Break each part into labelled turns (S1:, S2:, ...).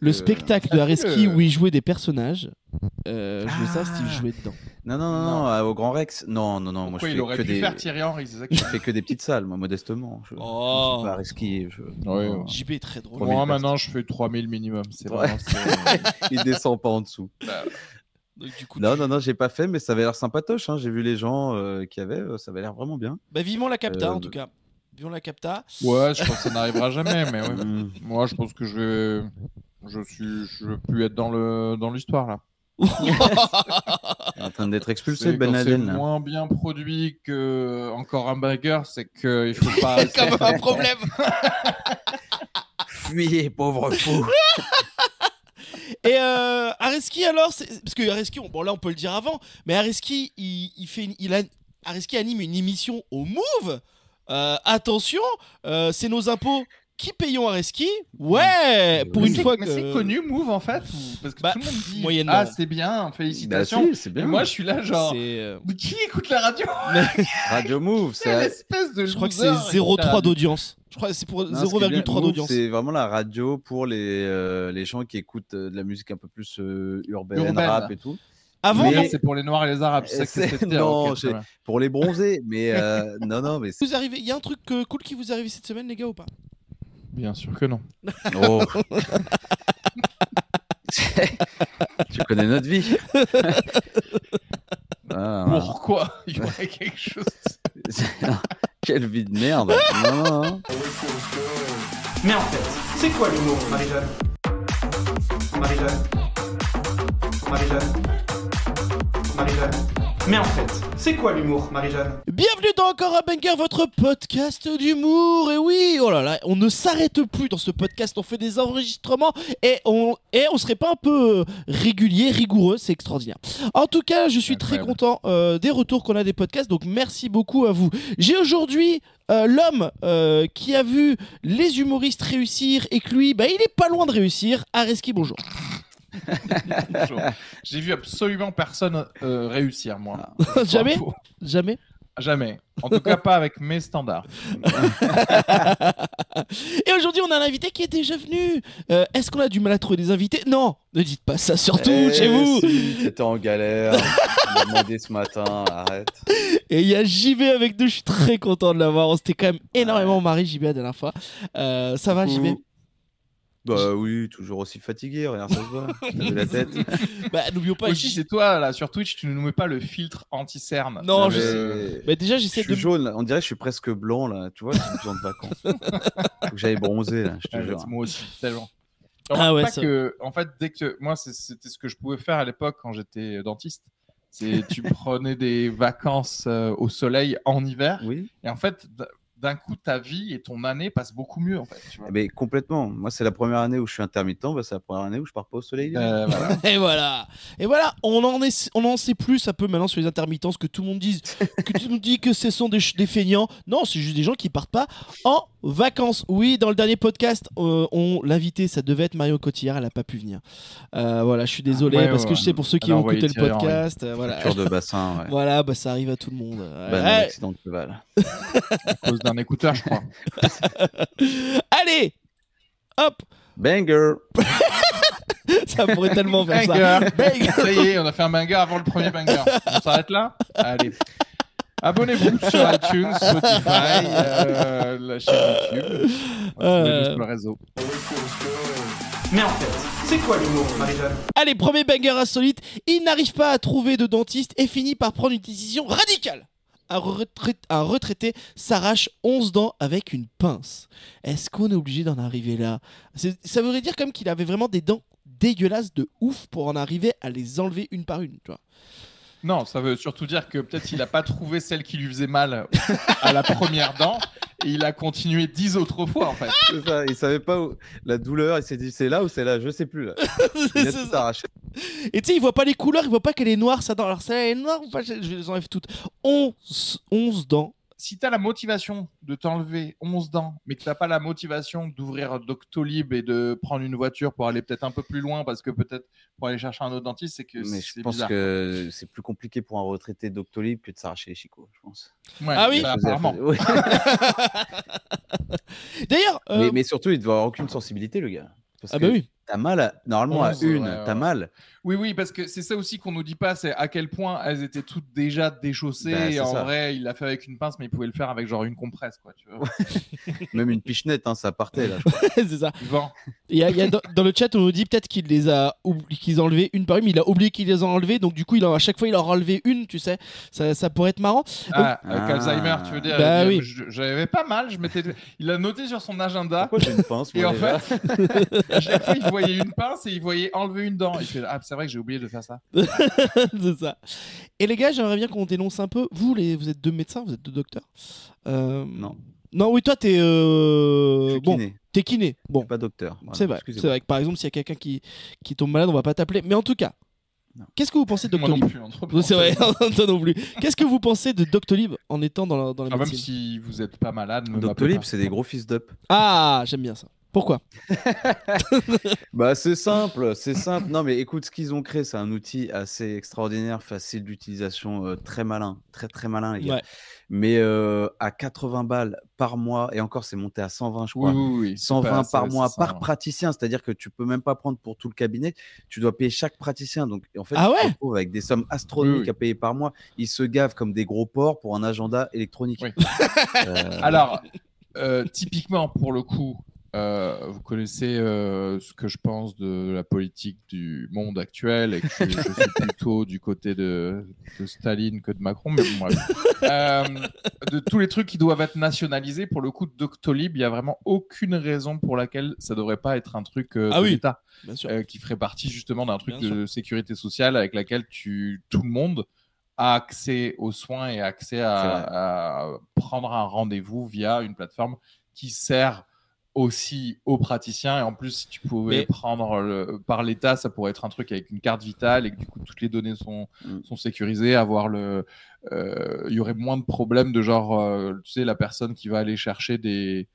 S1: Le spectacle de Areski où il jouait des personnages. Euh, je veux savoir
S2: Ah.
S1: s'il jouait dedans.
S2: Non, non, non, non, euh, au Grand Rex. Non, non, non, moi je
S3: Pourquoi
S2: fais,
S3: il aurait
S2: que
S3: pu
S2: des...
S3: faire Thierry Henry c'est ça que-
S2: je fais que des petites salles, moi, modestement. Je... Je
S1: Oh
S2: suis pas à ski, je-
S4: Ouais, ouais.
S1: JB est très drôle.
S2: Trois mille
S4: Moi,
S2: postes.
S4: maintenant, je fais 3000 minimum. C'est
S2: Ouais.
S4: vraiment. c'est-
S2: Il descend pas en dessous.
S1: Donc, du coup,
S2: Non,
S1: tu-
S2: non, non, j'ai pas fait, mais ça avait l'air sympatoche. hein. J'ai vu les gens euh, qui avaient, euh, ça avait l'air vraiment bien.
S1: Bah, vivement la capta
S2: Euh,
S1: en tout cas. Vivons la capta.
S4: Ouais, je pense que ça n'arrivera jamais, mais ouais. bah.
S2: Mm.
S4: Moi, je pense que je vais. Je suis. Je veux plus être dans le dans l'histoire là.
S2: En train d'être
S4: C'est
S2: expulsé,
S4: quand
S2: Ben
S4: C'est
S2: Laden. là.
S4: moins bien produit que encore un burger, c'est que il faut pas.
S1: Quand même un problème.
S2: Fuyez, pauvre fou.
S1: Et euh, Areski alors, c'est- parce que Areski, on- bon là on peut le dire avant, mais Areski, il, il fait, une- il a- Areski anime une émission au Move. Euh, attention, euh, c'est nos impôts qui payons Areski. Ouais, pour
S4: Mais
S1: une
S4: c'est-
S1: fois
S4: mais
S1: que.
S4: c'est connu Move en fait, ou- parce que
S1: Bah,
S4: tout le monde dit
S1: moyennement.
S4: ah c'est bien,
S2: Bah
S4: félicitations.
S2: si, c'est
S4: Et
S2: bien.
S4: moi, je suis là genre.
S1: C'est, euh,
S4: Mais Qui écoute la radio
S2: Radio Move,
S4: C'est
S2: c'est.
S4: l'espèce de.
S1: je crois que c'est
S4: loser, écoute la
S1: 0,3
S4: radio.
S1: d'audience. Je crois que c'est pour
S2: Non, ce qui est bien,
S1: 0,3
S2: Move,
S1: d'audience.
S2: C'est vraiment la radio pour les, euh, les gens qui écoutent euh, de la musique un peu plus euh, urbaine,
S4: Urbaine.
S2: rap et tout.
S1: Avant,
S2: Mais-
S4: Non,
S1: non,
S4: c'est pour les Noirs et les Arabes. C'est ça que
S2: C'est-
S4: c'était.
S2: non,
S4: ok,
S2: j'ai-
S4: très bien.
S2: Pour les bronzés, mais euh, non, non, mais c'est.
S1: vous arrivez, il y a un truc euh, cool qui vous arrive cette semaine les gars ou pas
S4: Bien sûr que non.
S2: Oh. tu connais notre vie. Ah,
S4: Pourquoi il y aurait quelque chose
S2: Quelle vie de merde. Non, non, non.
S5: Mais en fait, c'est quoi l'humour, Marie-Jeanne Marie-Jeanne Marie-Jeanne Marie-Jeanne Mais en fait, c'est quoi l'humour, Marie-Jeanne
S1: Bienvenue dans Encore un Banger, votre podcast d'humour. Et oui, oh là là, on ne s'arrête plus dans ce podcast. On fait des enregistrements et on et on serait pas un peu euh, régulier, rigoureux, c'est extraordinaire. En tout cas, je suis très
S4: Incroyable.
S1: content euh, des retours qu'on a des podcasts. Donc merci beaucoup à vous. J'ai aujourd'hui euh, l'homme euh, qui a vu les humoristes réussir et que lui, bah, il est pas loin de réussir. Areski, bonjour.
S4: Bonjour. J'ai vu absolument personne euh, réussir, moi.
S1: Ah. jamais,
S4: Info.
S1: jamais.
S4: Jamais. En tout cas, pas avec mes standards.
S1: Et aujourd'hui, on a un invité qui est déjà venu. Euh, Est-ce qu'on a du mal à trouver des invités Non, ne dites pas ça surtout
S2: Eh,
S1: chez vous.
S2: si, T'étais en galère. Tu m'as demandé ce matin. Arrête.
S1: Et il y a JB avec nous, je suis très content de l'avoir. On s'était quand même énormément
S2: Ah.
S1: marré, JB, la dernière fois. Euh, ça va, JB
S2: Bah oui, toujours aussi fatigué. Regarde, ça se voit. T'as vu la tête.
S1: Bah, n'oublions pas.
S4: Aussi,
S1: J-
S4: c'est toi, là, sur Twitch, tu ne nous mets pas le filtre anti-cerne. euh,
S1: Non,
S2: Non,
S1: je
S2: mais-
S1: sais. Bah, déjà,
S2: Je
S1: j'essaie
S2: suis
S1: de.
S2: jaune, là. on dirait que je suis presque blanc là, tu vois, j'ai besoin de vacances. Faut que j'aille bronzer là, je te
S4: Ouais,
S2: jure.
S4: Moi aussi, tellement.
S1: Ah
S4: Remarque
S1: ouais,
S4: pas
S1: ça-
S4: que, en fait, dès que moi, c'est- c'était ce que je pouvais faire à l'époque quand j'étais dentiste. C'est tu prenais des vacances euh, au soleil en hiver.
S2: Oui,
S4: Et en fait, d- d'un coup, ta vie et ton année passent beaucoup mieux, en fait. Tu vois.
S2: Ah, mais complètement. Moi, c'est la première année où je suis intermittent, bah, c'est la première année où je pars pas au soleil.
S4: Euh, voilà.
S1: Et voilà. Et voilà, on en, est... on en sait plus un peu maintenant sur les intermittences que tout le monde dise. que tout le monde dit que ce sont des, ch- des feignants. Non, c'est juste des gens qui partent pas en vacances. Oui, dans le dernier podcast, euh, on l'invité, ça devait être Marion Cotillard, elle a pas pu venir. Euh, voilà, je suis désolé
S4: Ah, Ouais, ouais,
S1: parce que
S4: ouais.
S1: je sais pour ceux qui
S4: Elle a
S1: ont
S4: envoyé
S1: écouté le
S4: Thierry Henry.
S1: podcast. euh, voilà.
S2: Fracture de bassin, ouais.
S1: Voilà, bah ça arrive à tout le monde. Euh,
S2: Bah, non,
S1: ouais.
S2: accident de cheval.
S4: à cause d'un écouteur, je crois.
S1: Eh, Allez Hop
S2: Banger
S1: Ça pourrait tellement faire ça.
S4: Banger. Ça y est, on a fait un banger avant le premier banger. On s'arrête là Allez. Abonnez-vous sur iTunes, Spotify, euh, la chaîne YouTube.
S1: Euh.
S4: Euh... le réseau.
S5: Mais en fait, c'est quoi l'humour, Marie-Jeanne
S1: Allez, premier banger insolite. Il n'arrive pas à trouver de dentiste et finit par prendre une décision radicale. Un, retrait- un retraité s'arrache 11 dents avec une pince. Est-ce qu'on est obligé d'en arriver là C'est- Ça voudrait dire comme qu'il avait vraiment des dents dégueulasses de ouf pour en arriver à les enlever une par une, tu vois.
S4: Non, ça veut surtout dire que peut-être il n'a pas trouvé celle qui lui faisait mal à la première dent. Et il a continué dix autres fois, en fait.
S2: C'est ça, Il savait pas où. La douleur, il s'est dit c'est là ou c'est là, je sais plus. Là. Il
S1: C'est
S2: a tout
S1: ça.
S2: arraché.
S1: Et tu sais, il voit pas les couleurs, il voit pas qu'elle est noire, ça dent. Alors, celle-là elle est noire ou pas Je les enlève toutes. 11, 11 dents
S4: Si tu as la motivation de t'enlever 11 dents, mais que tu pas la motivation d'ouvrir Doctolib et de prendre une voiture pour aller peut-être un peu plus loin, parce que peut-être pour aller chercher un autre dentiste, c'est que
S2: Mais je
S4: c'est
S2: pense
S4: bizarre.
S2: que c'est plus compliqué pour un retraité d'Octolib que de s'arracher les chicots, je pense.
S4: Ouais,
S1: Ah oui.
S4: bah,
S2: Ça faisait-
S4: apparemment.
S2: Ouais.
S1: D'ailleurs, euh,
S2: mais, mais surtout, il doit avoir aucune sensibilité, le gars. Parce
S1: ah
S2: que
S1: bah oui.
S2: T'as T'as mal, à- normalement, à
S4: Onze,
S2: une,
S4: ouais, ouais.
S2: t'as mal.
S4: Oui, oui, parce que c'est ça aussi qu'on nous dit pas, c'est à quel point elles étaient toutes déjà déchaussées.
S2: Bah, c'est
S4: et en
S2: ça.
S4: vrai, il l'a fait avec une pince, mais il pouvait le faire avec genre une compresse, quoi. Tu vois.
S2: Même une pichenette, hein, ça partait là.
S1: c'est ça.
S4: Vent.
S1: Il y a- il y a dans, dans le chat, on nous dit peut-être qu'il les a oubli- qu'ils ont enlevés une par une, mais il a oublié qu'il les a enlevés, donc du coup, il en- à chaque fois, il en a enlevé une, tu sais. Ça, ça pourrait être marrant.
S4: Ah,
S2: Oh.
S4: avec
S2: Ah.
S4: Alzheimer, tu veux dire
S1: Bah
S4: il-
S1: oui.
S4: je- J'avais pas mal, je m'étais. Il a noté sur son agenda.
S2: Pourquoi j'ai une pince
S4: Et
S2: moi,
S4: en
S2: déjà
S4: fait, euh, à chaque fois, il voyait une pince et il voyait enlever une dent. Il fait Ah, c'est vrai que j'ai oublié de faire ça.
S1: c'est ça. Et les gars, j'aimerais bien qu'on dénonce un peu. Vous, les, vous êtes deux médecins, vous êtes deux docteurs. Euh,
S2: Non.
S1: Non, oui, toi, t'es. euh,
S2: Je suis
S1: Bon,
S2: kiné, je suis
S1: t'es kiné. Bon,
S2: pas docteur. Voilà,
S1: c'est vrai. C'est
S2: excusez-moi.
S1: vrai que par exemple, s'il y a quelqu'un qui, qui tombe malade, on va pas t'appeler. Mais en tout cas,
S2: Non.
S1: qu'est-ce que vous pensez de
S4: Moi non
S1: Doctolib
S4: plus, entre parenthèses.
S1: C'est vrai, toi non plus. Qu'est-ce que vous pensez de Doctolib en étant dans la, dans la
S4: Ah, même
S1: médecine
S4: si vous êtes pas malade, ne m'appelez
S2: Doctolib,
S4: pas.
S2: c'est des gros fils d'up.
S1: Ah, j'aime bien ça. Pourquoi
S2: Bah, c'est simple, c'est simple. Non, mais écoute, ce qu'ils ont créé, c'est un outil assez extraordinaire, facile d'utilisation, euh, très malin, très très malin, les gars.
S1: Ouais.
S2: Mais euh, à 80 balles par mois, et encore, c'est monté à 120, je crois.
S4: Oui, oui, oui. c'est
S2: 120
S4: pas-
S2: par
S4: c'est-
S2: mois
S4: c'est
S2: par
S4: 120.
S2: praticien, c'est-à-dire que tu peux même pas prendre pour tout le cabinet, tu dois payer chaque praticien. Donc en fait,
S1: Ah
S2: tu te
S1: ouais
S2: retrouves avec des sommes astronomiques
S4: Oui, oui.
S2: à payer par mois. Ils se gavent comme des gros porcs pour un agenda électronique.
S4: Oui.
S2: Euh,
S4: Alors, euh, typiquement, pour le coup, euh, vous connaissez euh, ce que je pense de la politique du monde actuel et que je, je suis plutôt du côté de, de Staline que de Macron, mais bon, bref. Euh, de tous les trucs qui doivent être nationalisés, pour le coup, Doctolib, il n'y a vraiment aucune raison pour laquelle ça ne devrait pas être un truc euh,
S1: Ah
S4: de
S1: oui.
S4: l'État.
S1: Bien sûr.
S4: euh, qui ferait partie justement d'un truc
S1: Bien
S4: de sécurité sociale avec laquelle tu, tout le monde a accès aux soins et accès à, à prendre un rendez-vous via une plateforme qui sert aussi aux praticiens. Et en plus, si tu pouvais
S1: Mais-
S4: prendre le- par l'État, ça pourrait être un truc avec une carte vitale et que du coup, toutes les données sont,
S2: Mm.
S4: sont sécurisées. Avoir le, euh, il y aurait moins de problèmes de genre, euh, tu sais, la personne qui va aller chercher des,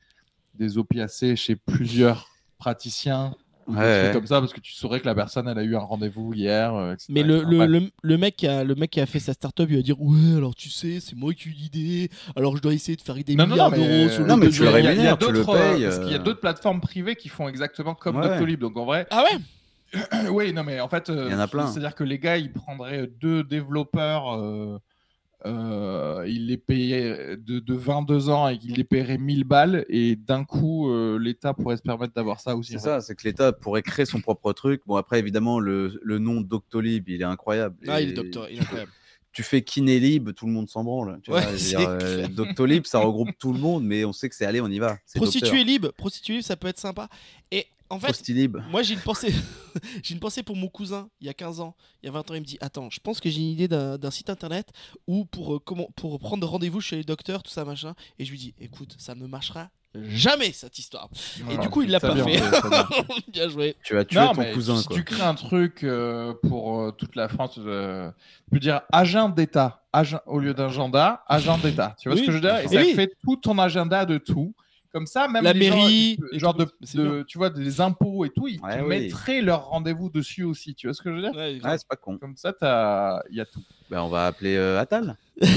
S4: des opiacés chez plusieurs praticiens
S2: ouais,
S4: des trucs
S2: ouais.
S4: comme ça parce que tu saurais que la personne elle a eu un rendez-vous hier euh, etc.,
S1: Mais le,
S4: etc.
S1: le,
S4: Bref.
S1: le, le mec qui a, le mec qui a fait sa start-up, il va dire Ouais, alors tu sais, c'est moi qui ai eu l'idée, alors je dois essayer de faire des
S4: Non, non,
S1: milliards
S4: non, mais-
S1: d'euros sur le
S2: Non, mais
S1: dos
S2: tu
S1: de-
S2: le
S4: il y a- il y a
S2: rémunères, tu le
S4: d'autres, euh,
S2: payes,
S4: parce qu'il y a
S2: euh.
S4: d'autres plateformes privées qui font exactement comme
S2: Ouais.
S4: Doctolib donc en vrai
S1: Ah ouais
S4: euh, oui non mais en fait euh,
S2: Il y en a plein.
S4: c'est à dire que les gars ils prendraient deux développeurs euh, euh, ils les payaient de, de 22 ans et qu'ils les paieraient 1000 balles et d'un coup euh, l'État pourrait se permettre d'avoir ça aussi
S2: C'est ça, c'est que l'État pourrait créer son propre truc. Bon, après, évidemment, le, le nom Doctolib, il est incroyable.
S1: Ah, il est
S2: Et
S1: docteur, il est
S2: tu-
S1: incroyable.
S2: Tu fais kiné libre, tout le monde s'en branle. tu
S1: Ouais,
S2: vois, je veux
S1: c'est
S2: dire, euh,
S1: clair.
S2: Doctolib, ça regroupe tout le monde, mais on sait que c'est allez, on y va. C'est docteur.
S1: Prostituée libre, prostituée libre, ça peut être sympa. Et en fait,
S2: Prostilib.
S1: Moi, j'ai une pensée. j'ai une pensée pour mon cousin, il y a 15 ans, il y a 20 ans, il me dit "Attends, je pense que j'ai une idée d'un d'un site internet où pour euh, comment pour prendre rendez-vous chez les docteurs, tout ça machin." Et je lui dis "Écoute, ça ne marchera jamais cette histoire."
S4: Voilà.
S1: du coup, il l'a
S4: Ça
S1: pas
S4: vient,
S1: fait.
S4: ça vient.
S1: Bien joué.
S2: Tu vas tuer
S4: Non,
S2: ton
S4: mais
S2: cousin.
S4: si
S2: quoi.
S4: tu crées un truc euh, pour euh, toute la France, euh, tu peux dire agent d'État, agent au lieu d'agenda, agent d'État. Tu vois
S1: Oui. Eh
S4: ce que je veux dire Et
S2: Mais
S4: ça
S1: oui.
S4: fait tout ton agenda de tout. Comme ça, même
S1: La
S4: les gens,
S1: mairie,
S4: ils-
S1: et
S4: genre
S1: tout.
S4: de,
S1: C'est
S4: de- tu vois, des impôts et tout, ils
S2: Ouais,
S4: te
S2: oui.
S4: mettraient leur rendez-vous dessus aussi. Tu vois ce que je veux dire
S2: Ouais, Ah, c'est pas con.
S4: Comme ça, t'as- il y a tout.
S2: Ben, on va appeler euh, Attal.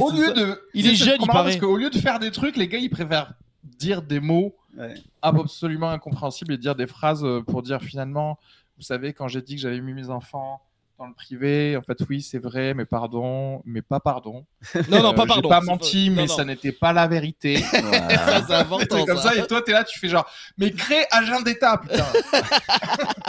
S4: Au
S1: C'est
S4: lieu
S1: ça.
S4: de,
S1: Il
S4: c'est
S1: est
S4: ça,
S1: jeune,
S4: c'est
S1: il
S4: marrant,
S1: paraît.
S4: Parce qu'au lieu de faire des trucs, les gars, ils préfèrent dire des mots
S2: Ouais.
S4: absolument incompréhensible et dire des phrases euh, pour dire finalement, vous savez, quand j'ai dit que j'avais mis mes enfants dans le privé, en fait, oui, c'est vrai, mais pardon, mais pas pardon.
S1: Non non,
S4: Euh,
S1: pas
S4: j'ai
S1: pardon.
S4: pas
S1: c'est
S4: menti,
S1: non,
S4: mais
S1: non.
S4: ça n'était pas la vérité.
S2: Voilà.
S1: ça c'est
S4: C'est
S1: important.
S4: comme ça, et toi, t'es là, tu fais genre, mais crée agent d'État, putain.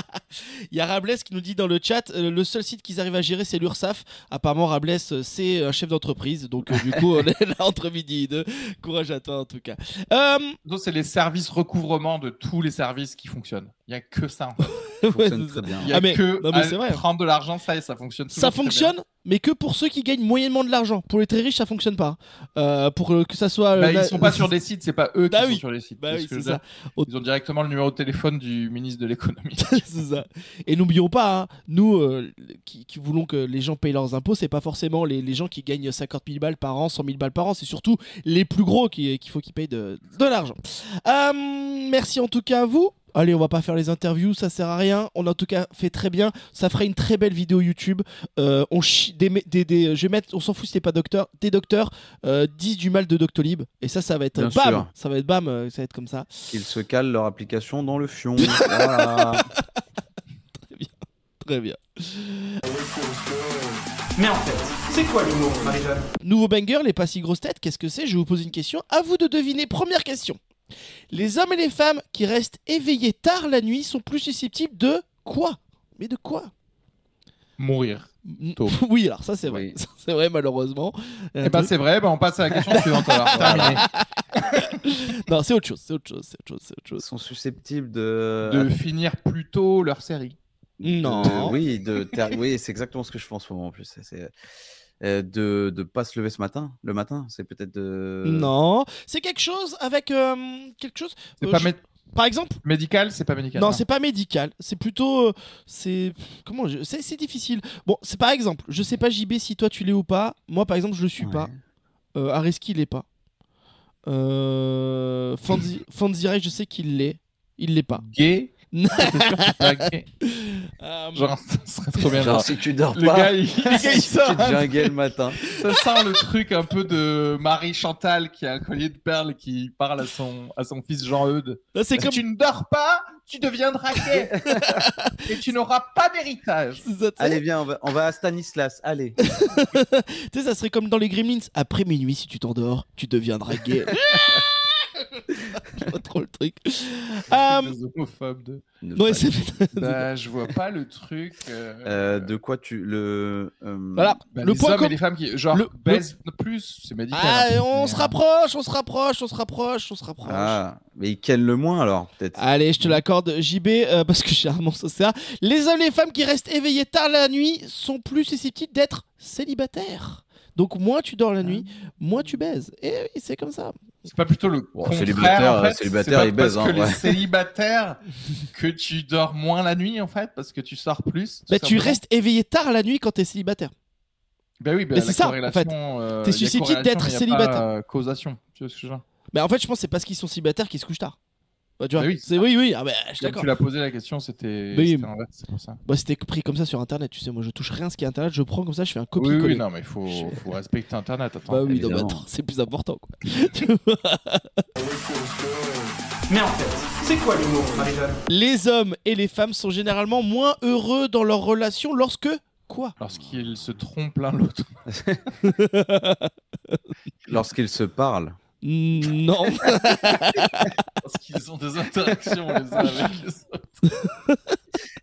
S1: Il y a Rablès qui nous dit dans le chat euh, le seul site qu'ils arrivent à gérer c'est l'URSAF. Apparemment Rablès euh, c'est un chef d'entreprise donc euh, du coup on est là entre midi et deux. Courage à toi en tout cas. Euh,
S4: Donc, c'est les services recouvrement de tous les services qui fonctionnent. Il n'y a que ça.
S2: Ça
S1: ouais,
S2: fonctionne
S1: c'est ça.
S2: très bien.
S4: Il n'y a
S1: Ah, mais-
S4: que
S1: non, mais
S4: à
S1: c'est vrai.
S4: prendre de l'argent, ça, et ça fonctionne. toujours
S1: ça
S4: très bien.
S1: fonctionne, mais que pour ceux qui gagnent moyennement de l'argent. Pour les très riches, ça fonctionne pas. Euh, pour euh, que ça soit. euh,
S4: Bah,
S1: la-
S4: ils sont pas sur des sites, c'est pas eux
S1: Bah
S4: qui
S1: oui.
S4: sont sur les sites.
S1: Bah
S4: tu vois
S1: oui,
S4: ce que je
S1: c'est
S4: veux
S1: ça.
S4: dire Ils ont directement le numéro de téléphone du ministre de l'économie.
S1: C'est ça. Et n'oublions pas, hein, nous euh, qui, qui voulons que les gens payent leurs impôts, c'est pas forcément les, les gens qui gagnent 50 000 balles par an, 100 000 balles par an, c'est surtout les plus gros qui- qu'il faut qu'ils payent de, de l'argent. Euh, merci en tout cas à vous. Allez, on va pas faire les interviews, ça sert à rien. On a en tout cas fait très bien. Ça ferait une très belle vidéo YouTube. Euh, on chie- des, mé- des- des- je vais mettre, on s'en fout si t'es pas docteur. Des docteurs euh, disent du mal de Doctolib. Et ça, ça va être
S2: Bien
S1: bam.
S2: sûr.
S1: Ça va être bam, euh, ça va être comme ça.
S2: Ils se calent leur application dans le fion. Voilà.
S1: Très bien.
S5: Mais en fait, c'est quoi l'humour, Marie-Jeanne
S1: Nouveau banger, les pas si grosses têtes, qu'est-ce que c'est Je vais vous poser une question, à vous de deviner. Première question. Les hommes et les femmes qui restent éveillés tard la nuit sont plus susceptibles de quoi Mais de quoi
S4: Mourir. Tôt.
S1: Oui, alors ça c'est vrai.
S2: Oui.
S1: Ça, C'est vrai malheureusement.
S4: Eh ben, c'est vrai, ben, on passe à la question suivante alors. Terminé.
S1: non, c'est autre chose, c'est autre chose, c'est autre chose, c'est autre
S2: Ils
S1: chose.
S2: sont susceptibles de.
S4: De finir plus tôt leur série. Euh,
S2: de-
S1: Non.
S2: oui, de ter- oui, c'est exactement ce que je fais en ce moment en plus. C'est- c'est, euh, de ne pas se lever ce matin. Le matin, c'est peut-être de.
S4: euh.
S1: Non, c'est quelque chose avec euh, quelque chose.
S4: C'est
S1: Euh,
S4: pas
S1: je-
S4: mé-
S1: Par exemple,
S4: médical, c'est pas médical.
S1: non, c'est pas médical. C'est plutôt, euh, c'est comment je- C'est c'est difficile. Bon, c'est par exemple, je sais pas JB si toi tu l'es ou pas. Moi par exemple, je le suis
S2: Ouais.
S1: pas. Euh, Areski l'est pas. Euh, Fanzi- Fanzirai, je sais qu'il l'est. Il l'est pas.
S4: gay.
S1: Non.
S4: T'es sûr que c'est pas gay
S1: Euh,
S4: Genre, ça serait trop bien.
S2: Genre,
S4: genre.
S2: si tu dors
S4: Le
S2: pas,
S4: gars, il, le gars, il
S2: si tu
S4: sort,
S2: te junglais le matin.
S4: ça sent le truc un peu de Marie Chantal qui a un collier de perles et qui parle à son, à son fils Jean-Eudes.
S1: là, c'est
S4: Si
S1: comme
S4: tu ne dors pas, tu deviendras gay. et tu n'auras pas d'héritage.
S1: C'est ça, tu sais.
S2: Allez, viens, on va, on va à Stanislas. Allez.
S1: Tu sais, ça serait comme dans les Gremlins. Après minuit, si tu t'endors, tu deviendras gay. Je vois trop le truc. Euh,
S4: Des homophobes de-
S2: Ne
S1: non,
S2: pas-
S1: et c'est-
S4: Bah, je vois pas le truc. euh,
S2: Euh, de quoi tu. Le. euh,
S1: voilà.
S4: bah,
S1: le
S4: les
S1: point
S4: hommes
S1: com-
S4: et les femmes qui genre
S1: le-
S4: baisent plus, c'est médical.
S1: Ah,
S4: un peu,
S1: on
S4: mais,
S1: se
S4: euh,
S1: rapproche, on se rapproche, on se rapproche, on se rapproche.
S2: Ah, mais ils kennent le moins alors, peut-être.
S1: Allez, je te l'accorde, JB, euh, parce que j'ai un morceau ça. Les hommes et les femmes qui restent éveillés tard la nuit sont plus susceptibles d'être célibataires. Donc, moins tu dors la nuit,
S4: Ah.
S1: moins tu baises. Et oui, c'est comme ça.
S4: C'est pas plutôt le
S2: Bon,
S4: contraire,
S2: célibataire,
S4: en fait.
S2: célibataire,
S4: C'est pas
S2: il baise,
S4: parce
S2: hein,
S4: que les
S2: ouais.
S4: célibataires que tu dors moins la nuit en fait parce que tu sors plus. tout
S1: Bah, tu
S4: simplement.
S1: restes éveillé tard la nuit quand t'es célibataire.
S4: Bah oui, bah,
S1: Mais
S4: la
S1: c'est ça, en
S4: corrélation,
S1: fait.
S4: euh,
S1: T'es
S4: il y a
S1: susceptible
S4: corrélation,
S1: d'être
S4: mais il y a
S1: célibataire.
S4: pas, euh, causation, tu vois ce que je veux dire
S1: Mais Bah, en fait, je pense que c'est parce qu'ils sont célibataires qu'ils se couchent tard. Bah, tu vois,
S4: Bah oui, c'est
S1: c'est oui, oui, ah bah, je suis
S4: Comme
S1: d'accord.
S4: tu l'as posé la question, c'était
S1: Mais-
S4: c'était inverse, c'est pour ça.
S1: Moi, c'était pris comme ça sur internet, tu sais. Moi, je touche rien à ce qui est internet, je prends comme ça, je fais un
S4: Oui,
S1: copier-coller.
S4: oui, non, mais il faut,
S1: Je-
S4: faut respecter Internet. Attends.
S1: bah oui, non, mais
S2: Évidemment.
S1: attends, c'est plus important, quoi.
S5: Mais en fait, c'est quoi l'humour, Marie-Jeanne
S1: les hommes et les femmes sont généralement moins heureux dans leur relation lorsque. Quoi
S4: Lorsqu'ils se trompent l'un l'autre.
S2: Lorsqu'ils se parlent.
S1: Mm, Non.
S4: Lorsqu'ils ont des interactions les uns avec les autres.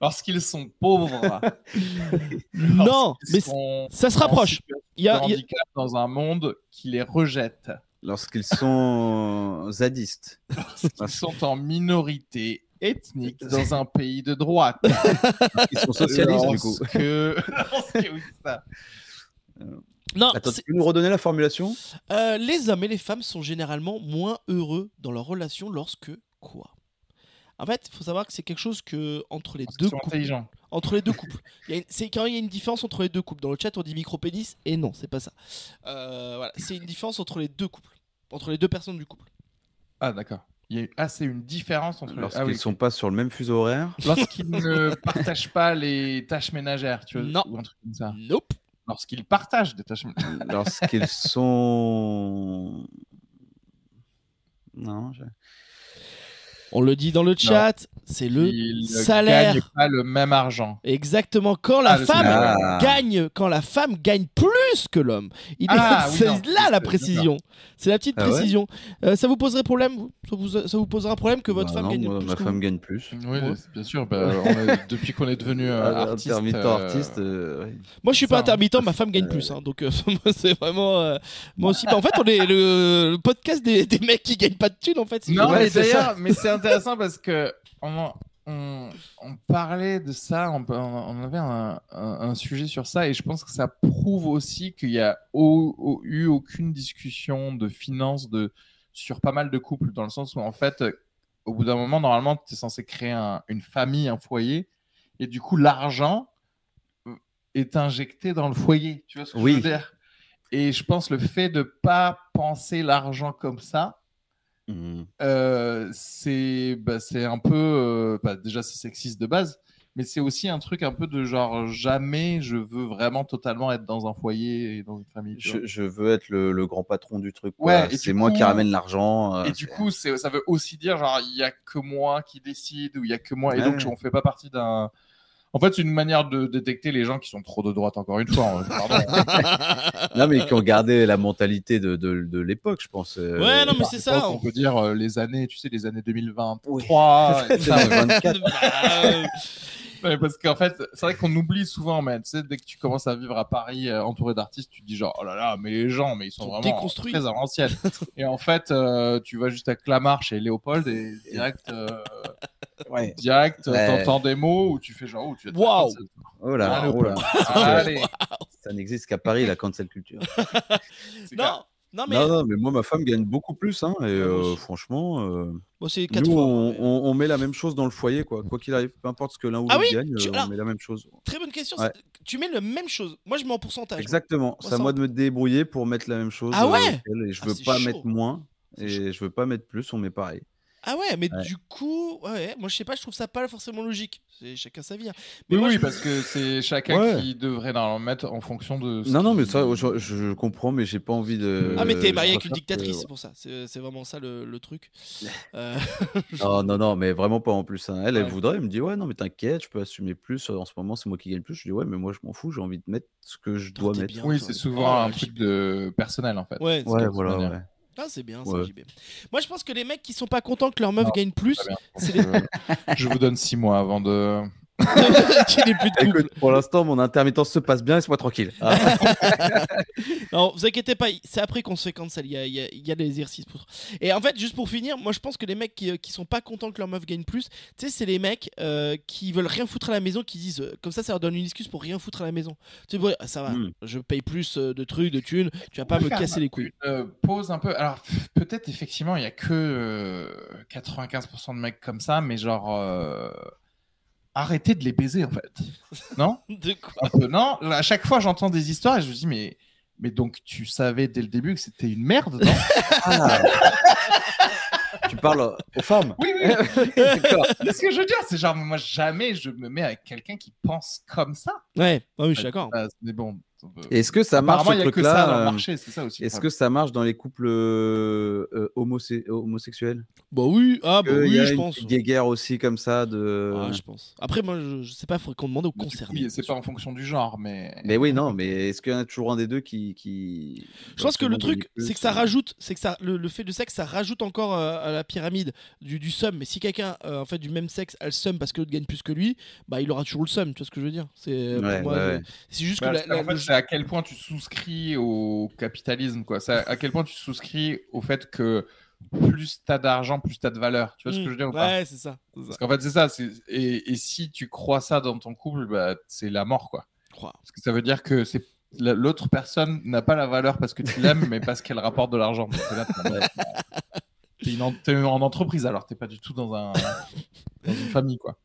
S4: Lorsqu'ils sont pauvres.
S1: non,
S4: Lorsqu'ils
S1: mais c-
S4: sont
S1: ça se
S4: en
S1: rapproche.
S4: situation
S1: Il y a-
S4: de
S1: il y a-
S4: handicap dans un monde qui les rejette.
S2: Lorsqu'ils sont zadistes.
S4: Ils sont en minorité ethnique dans un pays de droite.
S2: Ils sont socialistes, du coup.
S4: Lorsque- Lorsque- oui, c'est ça.
S1: Non,
S2: Attends,
S1: c'est-
S2: tu peux nous redonner la formulation
S1: euh, les hommes et les femmes sont généralement moins heureux dans leur relation lorsque. Quoi En fait, il faut savoir que c'est quelque chose que, entre les
S4: Parce qu'ils
S1: deux
S4: sont
S1: couples.
S4: intelligents.
S1: entre les deux couples. Il y a une- C'est quand il y a une différence entre les deux couples. Dans le chat, on dit micropénis, et non, c'est pas ça. Euh, voilà, c'est une différence entre les deux couples, entre les deux personnes du couple.
S4: Ah, d'accord. Il y a... Ah, c'est une différence entre les...
S2: Lorsqu'ils
S4: ah, oui.
S2: sont pas sur le même fuseau horaire.
S4: Lorsqu'ils ne partagent pas les tâches ménagères, tu vois,
S1: Non.
S4: ou un truc comme ça.
S1: Nope.
S4: Lorsqu'ils partagent des tâches ménagères.
S2: Lorsqu'ils sont. Non, je-
S1: On le dit dans le chat, c'est le
S4: Ils ne
S1: salaire.
S4: gagnent pas le même argent.
S1: exactement quand la
S4: Ah, le
S1: femme
S4: salaire.
S2: Ah.
S1: gagne, quand la femme gagne plus que l'homme. Il
S4: Ah,
S1: est-
S4: oui,
S1: c'est
S4: non.
S1: là la
S4: D'accord.
S1: précision. C'est la petite
S2: Ah ouais
S1: précision. Euh, ça vous poserait problème vous Ça vous, ça vous posera problème que votre
S2: Bah
S1: femme
S2: non,
S1: gagne
S2: moi,
S1: plus
S2: Ma
S1: que
S2: femme
S1: vous
S2: gagne plus.
S4: Oui, bien sûr. bah, on est- Depuis qu'on est devenu euh,
S2: Ah,
S4: artiste.
S2: Intermittent
S4: euh,
S2: artiste. euh, ouais.
S1: Moi, je suis pas
S4: Ça, hein.
S1: intermittent, ma femme gagne plus. hein, donc, euh, moi, c'est vraiment. euh, moi aussi. Bah, en fait, on est le, le podcast des, des mecs qui gagnent pas de thunes, en fait.
S4: Non,
S2: Ouais,
S4: mais
S2: c'est
S4: d'ailleurs, mais c'est intéressant parce que on, on, on parlait de ça, on, on avait un, un- un sujet sur ça, et je pense que ça prouve aussi qu'il y a au- au- eu aucune discussion de finances de, sur pas mal de couples, dans le sens où en fait, euh, au bout d'un moment, normalement, tu es censé créer un- une famille, un foyer, et du coup, l'argent euh, est injecté dans le foyer. Tu vois ce que
S2: Oui.
S4: je veux dire et je pense le fait de pas penser l'argent comme ça,
S1: Hmm.
S2: Mhm.
S4: euh, c'est bah, c'est un peu. euh, bah, déjà, c'est sexiste de base, mais c'est aussi un truc un peu de genre jamais je veux vraiment totalement être dans un foyer et dans une famille. tu vois.
S2: Je, je veux être le, le grand patron du truc.
S4: Ouais,
S2: quoi.
S4: et du
S2: c'est moi qui
S4: coup-
S2: ramène l'argent. euh,
S4: Et du
S2: c'est-
S4: coup, c'est- ça veut aussi dire genre il y a que moi qui décide ou il y a que moi et
S2: Ouais.
S4: donc on fait pas partie d'un. En fait, c'est une manière de détecter les gens qui sont trop de droite encore une fois. hein, pardon.
S2: Non, mais qui ont gardé la mentalité de, de, de l'époque, je pense. euh,
S1: Ouais, non, mais
S4: Par
S1: c'est
S4: exemple,
S1: ça.
S4: On
S1: on-
S4: peut dire euh, les années, tu sais, les années 2023. et tout ça, ouais.
S1: Bah, euh,
S4: Non, mais parce qu'en fait, c'est vrai qu'on oublie souvent, mais tu sais, dès que tu commences à vivre à Paris euh, entouré d'artistes, tu te dis genre, oh là là, mais les gens, mais ils sont
S1: Sont
S4: vraiment
S1: déconstruits.
S4: très à l'ancienne. et en fait, euh, tu vas juste à Clamarche et Léopold et direct, euh,
S2: Ouais.
S4: direct, euh,
S2: Ouais.
S4: t'entends des mots où tu fais genre, oh, tu vas te
S1: Waouh.
S4: faire
S2: Oh là,
S4: Ah,
S2: oh là.
S4: Allez,
S2: Ça n'existe qu'à Paris, la cancel culture.
S4: c'est clair.
S1: non, non, mais
S2: Non, non, mais moi, ma femme gagne beaucoup plus. Hein,
S1: Ah,
S2: et
S1: moi
S2: euh,
S1: aussi.
S2: franchement, euh,
S1: bon, c'est quatre
S2: nous,
S1: fois. hein,
S2: on,
S1: mais- euh,
S2: on- on met la même chose dans le foyer, quoi. Quoi qu'il arrive, peu importe ce que l'un ou
S1: Ah
S2: l'autre
S1: oui,
S2: gagne,
S1: tu-
S2: euh,
S1: alors-
S2: on met la même chose.
S1: Très bonne question.
S2: Ouais.
S1: c'est- Tu mets le même chose. Moi, je mets en pourcentage.
S2: Exactement.
S1: Moi,
S2: C'est à
S1: ça-
S2: moi de me débrouiller pour mettre la même chose.
S1: Ah
S2: euh,
S1: ouais
S2: qu'elle, et je
S1: Ah,
S2: veux
S1: c'est
S2: pas
S1: chaud.
S2: mettre moins.
S1: C'est
S2: Et je veux pas mettre plus, on met pareil.
S1: Ah ouais, mais
S2: Ouais.
S1: du coup, ouais, ouais, moi je sais pas, je trouve ça pas forcément logique. C'est chacun sa vie. hein. Mais
S4: Oui,
S1: moi,
S4: oui,
S1: je-
S4: parce que c'est chacun
S2: Ouais.
S4: qui devrait normalement mettre en fonction de. ce
S2: Non, non, mais
S4: qui-
S2: ça, je, je comprends, mais j'ai pas envie de. Euh,
S1: Ah mais t'es
S2: je
S1: marié avec une
S2: préfère que-
S1: dictatrice, c'est pour ça. C'est c'est vraiment ça le, le truc. Euh,
S2: Non, ah, non, non, mais vraiment pas en plus. hein. Elle, elle
S4: Ouais.
S2: voudrait, elle me dit Ouais, non, mais t'inquiète, je peux assumer plus. euh, En ce moment, c'est moi qui gagne plus. Je dis Ouais, mais moi, je m'en fous, j'ai envie de mettre ce que je dois
S1: t'es
S2: mettre.
S1: bien,
S4: Oui,
S1: toi.
S4: c'est souvent
S1: Oh,
S4: un
S1: je-
S4: truc de personnel en fait.
S1: Ouais, c'est-
S2: Ouais,
S4: de
S2: voilà,
S4: toute
S2: ouais.
S4: manière.
S1: ah, c'est bien, ça,
S2: Ouais.
S1: JB. Moi je pense que les mecs qui sont pas contents que leur meuf
S4: Non,
S1: gagne plus,
S4: très bien.
S1: c'est les
S4: Euh, je vous donne six mois avant de. Ah, bah,
S1: qui n'est plus de couple.
S2: Écoute, pour l'instant, mon intermittence se passe bien, laisse-moi tranquille. Ah,
S1: Non, vous inquiétez pas, c'est après qu'on se fait cancel, il y a, il y a- il y a des exercices pour Et en fait, juste pour finir, moi je pense que les mecs qui, euh, qui sont pas contents que leur meuf gagne plus, tu sais, c'est les mecs euh, qui veulent rien foutre à la maison, qui disent, euh, comme ça, ça leur donne une excuse pour rien foutre à la maison. Tu sais, ouais, ça va,
S2: Hmm.
S1: je paye plus euh, de trucs, de thunes, tu vas pas
S4: peut
S1: me
S4: faire
S1: casser les couilles.
S4: Euh, pose un peu. Alors, pff, peut-être effectivement, il y a que euh, 95% de mecs comme ça, mais genre. euh, Arrêtez de les baiser en fait. Non
S1: De quoi
S4: Un peu, Non À chaque fois, j'entends des histoires et je me dis, mais. Mais donc, tu savais dès le début que c'était une merde, non
S2: Ah. tu parles aux femmes
S4: Oui, oui,
S2: D'accord.
S4: c'est ce que je veux dire. C'est genre, moi, jamais je me mets avec quelqu'un qui pense comme ça.
S1: Ouais, ah oui, je suis d'accord.
S4: Ah, Mais bon. euh,
S2: Est-ce que ça marche
S4: Apparemment,
S2: ce
S4: il n'y a que ça dans le
S2: truc-là euh,
S4: marché, c'est ça aussi. le
S2: Est-ce que
S4: problème.
S2: ça marche dans les couples euh, euh, homose- homosexuels
S1: Bah oui, ah bah
S2: Que
S1: oui,
S2: y a
S1: je
S2: une
S1: pense.
S2: petite euh. guéguerre aussi comme ça de.
S1: Ah, je pense. Après, moi, je, je sais pas, faudrait qu'on demande aux
S4: Mais du coup,
S1: concernés.
S4: C'est pas en fonction du genre, mais.
S2: Mais oui, non, mais est-ce qu'il y en a toujours un des deux qui. qui...
S1: Je pense que le truc,
S2: Plus,
S1: c'est que ça
S2: euh,
S1: rajoute, c'est que ça, le, le fait de sexe, ça rajoute encore euh, à la pyramide du, du seum. Mais si quelqu'un, euh, en fait, du même sexe, a le seum parce que l'autre gagne plus que lui, bah, il aura toujours le seum. Tu vois ce que je veux dire C'est euh, pour
S2: Ouais,
S1: moi,
S2: ouais,
S1: le-
S2: ouais.
S1: c'est juste que
S4: Bah,
S1: la-
S4: c'est-
S1: la-
S4: en fait,
S1: le-
S4: c'est à quel point tu souscris au capitalisme, quoi. C'est à, à quel point tu souscris au fait que plus t'as d'argent, plus t'as de valeur. Tu vois
S2: Hmm,
S4: ce que je veux dire ou pas
S1: Hmm. Ouais, c'est ça. c'est ça.
S4: Parce qu'en fait, c'est ça. c'est- Et, et si tu crois ça dans ton couple, bah, c'est la mort, quoi.
S1: Wow.
S4: Parce que ça veut dire que c'est la- l'autre personne n'a pas la valeur parce que tu l'aimes, mais parce qu'elle rapporte de l'argent. Donc, c'est là, t'es- T'es une en- t'es en entreprise, alors t'es pas du tout dans un dans une famille, quoi.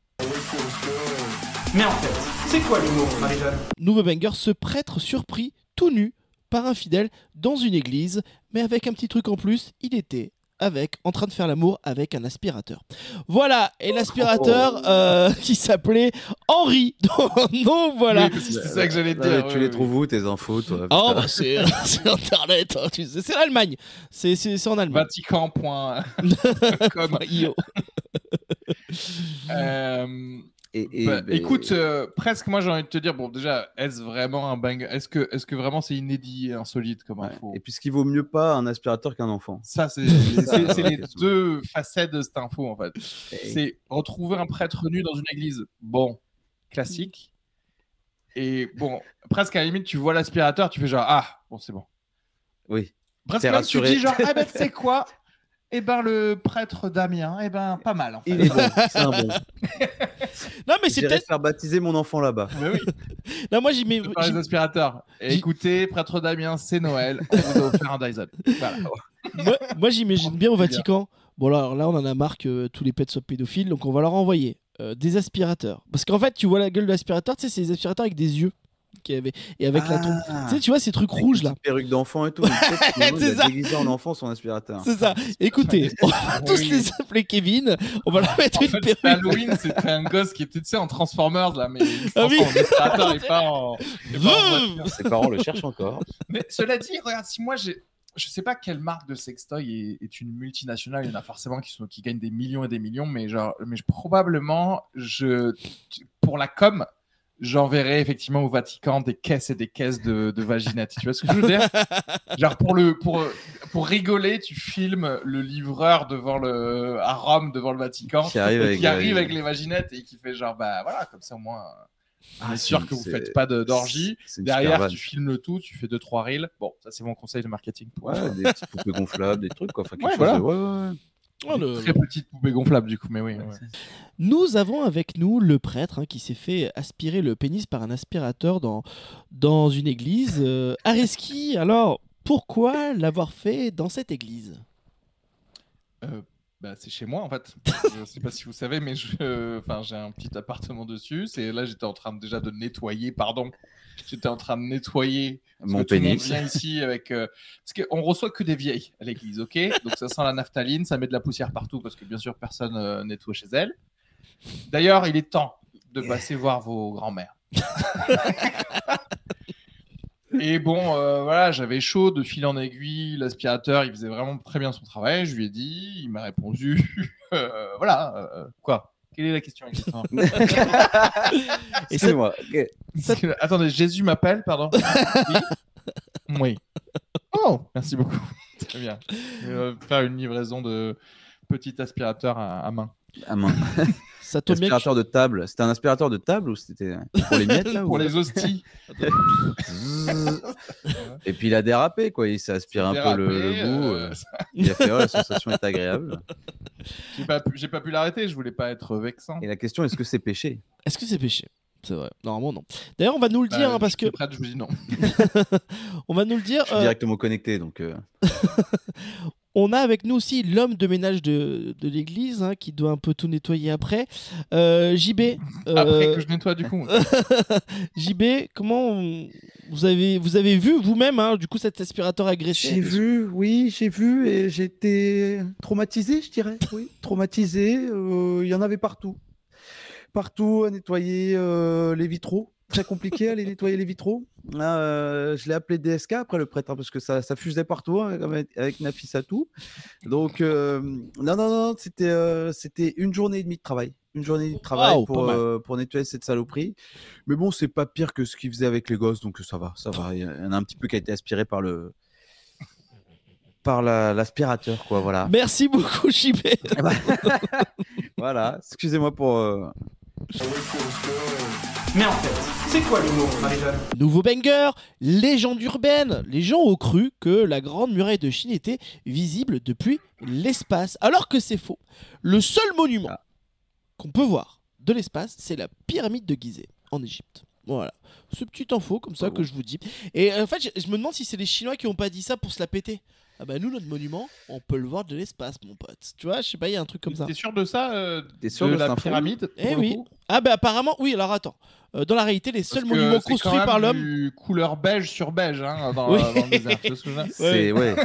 S5: Mais en fait, c'est quoi l'humour, Marie-Jeanne
S1: Nouveau banger, ce prêtre surpris, tout nu, par un fidèle dans une église, mais avec un petit truc en plus, il était avec, en train de faire l'amour avec un aspirateur. Voilà,
S2: Oh.
S1: et l'aspirateur euh, qui s'appelait Henri. Donc voilà.
S4: Oui, parce que c'est ça que j'allais te
S2: Non, mais
S4: dire.
S2: tu
S4: oui,
S2: les
S4: oui.
S2: trouves où tes infos, toi
S1: Oh,
S2: putain
S1: bah c'est c'est internet, hein, tu sais, c'est l'Allemagne. C'est c'est- c'est en Allemagne.
S4: Vatican. point- com.
S1: Enfin, io.
S4: Euh,
S2: Et- et-
S4: bah,
S2: bah,
S4: Écoute, euh, presque moi j'ai envie de te dire, bon déjà, est-ce vraiment un banger Est-ce que, est que vraiment c'est inédit et insolite comme
S2: ouais.
S4: info
S2: Et puis, ce qui vaut mieux pas un aspirateur qu'un enfant.
S4: Ça, c'est c'est- c'est
S2: ouais,
S4: les
S2: question.
S4: deux facettes de cette info en fait.
S2: Eh.
S4: C'est retrouver un prêtre nu dans une église. Bon, classique. Et bon, presque à la limite, tu vois l'aspirateur, tu fais genre, ah, bon, c'est bon.
S2: Oui.
S4: Presque
S2: T'es
S4: même, tu
S2: rassuré.
S4: dis genre, ah ben, tu sais quoi Eh ben, le prêtre Damien, eh ben, pas mal en fait.
S2: Il est bon, c'est un bon.
S1: Non, mais c'est
S2: J'irai
S1: peut-être.
S2: faire baptiser mon enfant là-bas.
S4: Mais oui.
S1: Non, moi, j'y mets.
S4: par les
S1: j'y-
S4: aspirateurs. Et écoutez, prêtre Damien, c'est Noël. On vous a offert un Dyson. Voilà.
S1: Moi, moi, j'imagine bien au Vatican. Bon, alors là, on en a marre que tous les pets soient pédophiles, euh, donc on va leur envoyer euh, des aspirateurs. Parce qu'en fait, tu vois la gueule de l'aspirateur, tu sais, c'est des aspirateurs avec des yeux. qui avait et avec la trompe.
S2: Ah.
S4: Ah.
S1: Tu sais, tu vois ces trucs
S2: Avec
S1: rouges
S2: une
S1: là.
S2: petite Perruque d'enfant et tout. mais peut-être que le monde,
S1: c'est
S2: il
S1: ça.
S2: a déguisé en enfant son aspirateur.
S1: C'est ça. Écoutez, on va Ah, tous
S4: Oui.
S1: les appeler Kevin. On va leur mettre
S4: En
S1: une
S4: fait,
S1: perruque.
S4: Halloween, c'était un gosse qui était, tu sais, en Transformers, là, mais il se
S1: Ah oui.
S4: transforme en aspirateur et pas en. et pas en voiture.
S2: Ses parents le cherchent encore.
S4: Mais cela dit, regarde, si moi j'ai. Je sais pas quelle marque de sextoy est, est une multinationale. Il y en a forcément qui, sont, qui gagnent des millions et des millions, mais, genre, mais je- probablement, je, pour la com, j'enverrai effectivement au Vatican des caisses et des caisses de, de vaginettes. Tu vois ce que je veux dire Genre pour, le, pour, pour rigoler, tu filmes le livreur devant le, à Rome, devant le Vatican,
S2: Qui arrive
S4: et
S2: avec
S4: qui
S2: la-
S4: arrive avec les vaginettes et qui fait genre, bah voilà, comme ça au moins, on est sûr que vous
S2: Ah, c'est-
S4: faites pas de- d'orgie.
S2: C'est une super
S4: Derrière,
S2: vanne.
S4: tu filmes le tout, tu fais 2-3 reels. Bon, ça, c'est mon conseil de marketing. Pour...
S2: Ouais, des petites poupées gonflables, des trucs quoi. Enfin, quelque
S4: Ouais,
S2: chose
S4: voilà.
S2: de- ouais, ouais, ouais.
S1: Oh, le-
S4: Très petite poupée gonflable, du coup, mais oui. ouais.
S1: Nous avons avec nous le prêtre hein, qui s'est fait aspirer le pénis par un aspirateur dans, dans une église. Euh, Areski, alors pourquoi l'avoir fait dans cette église
S4: Euh, bah, c'est chez moi, en fait. je sais pas si vous savez, mais je... enfin, j'ai un petit appartement dessus. C'est... Là, j'étais en train de- déjà de nettoyer, pardon. J'étais en train de nettoyer. parce
S2: Mon
S4: que tout le monde
S2: pénis.
S4: vient ici avec. euh, Parce qu'on reçoit que des vieilles à l'église, ok Donc, ça sent la naphtaline, ça met de la poussière partout parce que, bien sûr, personne euh, nettoie chez elle. D'ailleurs, il est temps de passer voir vos grands-mères. Et bon, euh, voilà, j'avais chaud de fil en aiguille. L'aspirateur, il faisait vraiment très bien son travail. Je lui ai dit, il m'a répondu. euh, voilà, euh, quoi Quelle est la question exactement
S1: Et ça-
S2: Excuse-moi. ok.
S4: Parce que- Attendez, Jésus m'appelle, pardon. Oui. Oui. Oh, merci beaucoup. Très bien. Je vais euh, faire une livraison de petit aspirateur à, à main.
S2: Ah, mince.
S1: Ça tombe bien. que
S2: Aspirateur de table. C'était un aspirateur de table ou c'était pour les miettes là
S4: Pour
S2: ou-
S4: les hosties.
S2: Zzzz. Et puis il a dérapé quoi. Il s'est aspiré un peu le, le
S4: Dérapé,
S2: goût.
S4: euh,
S2: euh, Il a fait oh, la sensation est agréable.
S4: J'ai pas pu, j'ai pas pu l'arrêter, je voulais pas être vexant.
S2: Et la question est-ce que c'est péché
S1: je- Est-ce que c'est péché c'est vrai. Normalement non. D'ailleurs, on va nous le dire
S4: Bah,
S1: hein, parce que
S4: j'étais prête, je vous dis non.
S1: on va nous le dire.
S2: Je suis
S1: euh,
S2: directement connecté donc. euh,
S1: on a avec nous aussi l'homme de ménage de, de l'église hein, qui doit un peu tout nettoyer après. Euh, JB. euh,
S4: Après que je nettoie du coup.
S1: JB, comment on- vous avez vous avez vu vous-même hein, du coup cet aspirateur agressé
S2: J'ai vu, oui, j'ai vu et j'étais traumatisé, je dirais. Oui, traumatisé. euh, Il y en avait partout. Partout à nettoyer euh, les vitraux. Très compliqué à aller nettoyer les vitraux. Là, euh, je l'ai appelé DSK après le prêtre hein, parce que ça, ça fusait partout hein, avec, avec Nafis Atou. Donc, euh, non, non, non, c'était euh, c'était une journée et demie de travail. Une journée et demie de travail
S1: Waouh, pas
S2: pour,
S1: mal.
S2: euh, pour nettoyer cette saloperie. Mais bon, c'est pas pire que ce qu'il faisait avec les gosses, donc ça va, ça va. Il y en a un petit peu qui a été aspiré par le par la- l'aspirateur, quoi. Voilà.
S1: Merci beaucoup JB.
S2: Voilà. Excusez-moi pour. euh,
S5: Mais en fait, c'est quoi l'humour, Marie-Jeanne
S1: Nouveau banger, légende urbaine. Les gens ont cru que la grande muraille de Chine était visible depuis l'espace, alors que c'est faux. Le seul monument qu'on peut voir de l'espace, c'est la pyramide de Gizeh en Égypte. Voilà, ce petit info comme ça
S2: Ah bon.
S1: que je vous dis. Et euh, en fait, je, je me demande si c'est les Chinois qui ont pas dit ça pour se la péter. Ah bah nous, notre monument, on peut le voir de l'espace, mon pote. Tu vois, je sais pas, il y a un truc comme ça.
S4: T'es sûr de ça euh,
S2: T'es sûr
S4: de,
S2: de cette
S4: la
S2: info
S4: pyramide pour
S1: Eh
S4: le
S1: oui.
S4: coup
S1: Ah bah apparemment, oui. Alors attends, Euh, dans la réalité, les seuls
S4: Parce que
S1: monuments
S4: c'est quand
S1: construits
S4: même
S1: par l'homme.
S4: du Couleur beige sur beige, hein, dans,
S1: Oui.
S4: dans le désert. tu vois ce que je veux dire
S2: C'est ouais.